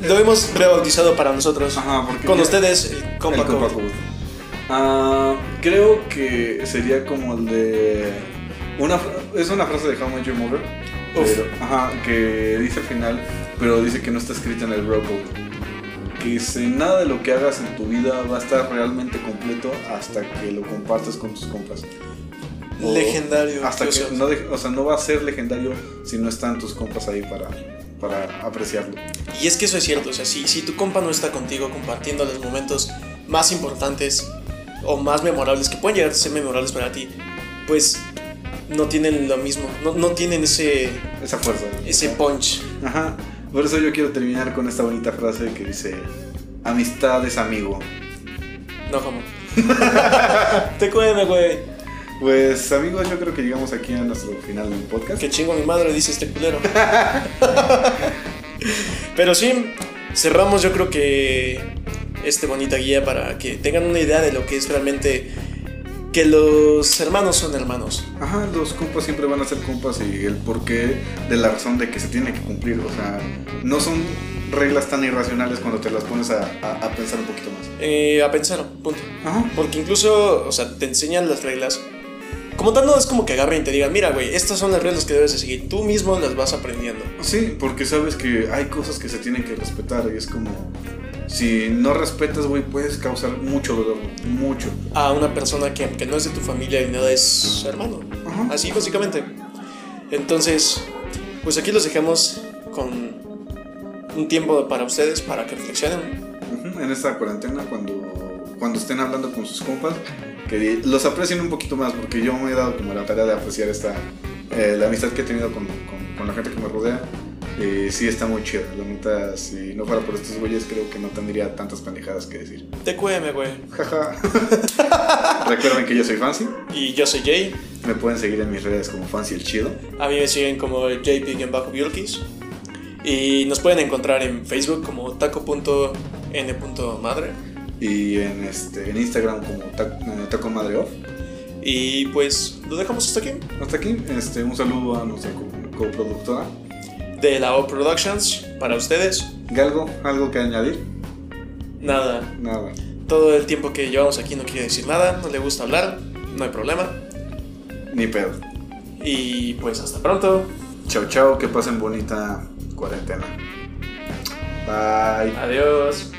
[SPEAKER 1] Sí.
[SPEAKER 3] Lo hemos rebautizado para nosotros.
[SPEAKER 1] Ajá, porque
[SPEAKER 3] Con
[SPEAKER 1] ya-
[SPEAKER 3] ustedes, el compa
[SPEAKER 1] el compa
[SPEAKER 3] Code.
[SPEAKER 1] code. Ah, creo que sería como el de. Una, fra- es una frase de How Much You Mother.
[SPEAKER 3] Uf.
[SPEAKER 1] pero- ajá, que dice al final, pero dice que no está escrita en el bro code. Que dice, nada de lo que hagas en tu vida va a estar realmente completo hasta que lo compartes con tus compas. O
[SPEAKER 3] Legendario.
[SPEAKER 1] Hasta que,
[SPEAKER 3] incluso.
[SPEAKER 1] no, de- o sea, no va a ser legendario si no están tus compas ahí para, para apreciarlo.
[SPEAKER 3] Y es que eso es cierto. O sea, si, si tu compa no está contigo compartiendo los momentos más importantes o más memorables, que pueden llegar a ser memorables para ti, pues no tienen lo mismo. No, no tienen ese,
[SPEAKER 1] Esa fuerza.
[SPEAKER 3] ese
[SPEAKER 1] Ajá.
[SPEAKER 3] punch.
[SPEAKER 1] Ajá. Por eso yo quiero terminar con esta bonita frase que dice: Amistad es amigo.
[SPEAKER 3] No, como. <laughs> Te cueme, güey.
[SPEAKER 1] Pues, amigos, yo creo que llegamos aquí a nuestro final del podcast.
[SPEAKER 3] Que chingo a mi madre, dice este culero. <laughs> Pero sí, cerramos yo creo que este bonita guía para que tengan una idea de lo que es realmente que los hermanos son hermanos.
[SPEAKER 1] Ajá, los compas siempre van a ser compas y el porqué de la razón de que se tiene que cumplir. O sea, no son reglas tan irracionales cuando te las pones a, a- a pensar un poquito más.
[SPEAKER 3] Eh, a pensar, punto.
[SPEAKER 1] Ajá.
[SPEAKER 3] Porque incluso, o sea, te enseñan las reglas. Como tal, no es como que agarren y te digan, mira, güey, estas son las reglas que debes de seguir. Tú mismo las vas aprendiendo.
[SPEAKER 1] Sí, porque sabes que hay cosas que se tienen que respetar y es como. Si no respetas, güey, puedes causar mucho dolor, mucho.
[SPEAKER 3] a una persona que aunque no es de tu familia ni nada es su hermano.
[SPEAKER 1] Ajá.
[SPEAKER 3] Así básicamente. Entonces, pues aquí los dejamos con un tiempo para ustedes, para que reflexionen.
[SPEAKER 1] Ujú, En esta cuarentena, cuando, cuando estén hablando con sus compas, que los aprecien un poquito más, porque yo me he dado como la tarea de apreciar esta, eh, la amistad que he tenido con, con- con la gente que me rodea. Eh, sí está muy chida, la neta, si no fuera por estos güeyes creo que no tendría tantas pendejadas que decir.
[SPEAKER 3] TQM, güey.
[SPEAKER 1] Jaja. <laughs> Recuerden que yo soy Fancy,
[SPEAKER 3] Y yo soy Jay.
[SPEAKER 1] me pueden seguir en mis redes como Fancy el Chido.
[SPEAKER 3] A mí me siguen como jpig-biolkis. Y nos pueden encontrar en Facebook como taco.n.madre.
[SPEAKER 1] Y en, este, en Instagram como Ta- eh, Taco Madre Off.
[SPEAKER 3] Y pues lo dejamos hasta aquí.
[SPEAKER 1] Hasta aquí, este, un saludo a nuestra co- coproductora.
[SPEAKER 3] De la O Productions, para ustedes,
[SPEAKER 1] Galgo, ¿algo que añadir?
[SPEAKER 3] nada.
[SPEAKER 1] Nada.
[SPEAKER 3] Todo el tiempo que llevamos aquí no quiere decir nada, no le gusta hablar, no hay problema.
[SPEAKER 1] Ni pedo.
[SPEAKER 3] Y pues hasta pronto.
[SPEAKER 1] Chao, chao, que pasen bonita cuarentena. Bye.
[SPEAKER 3] Adiós.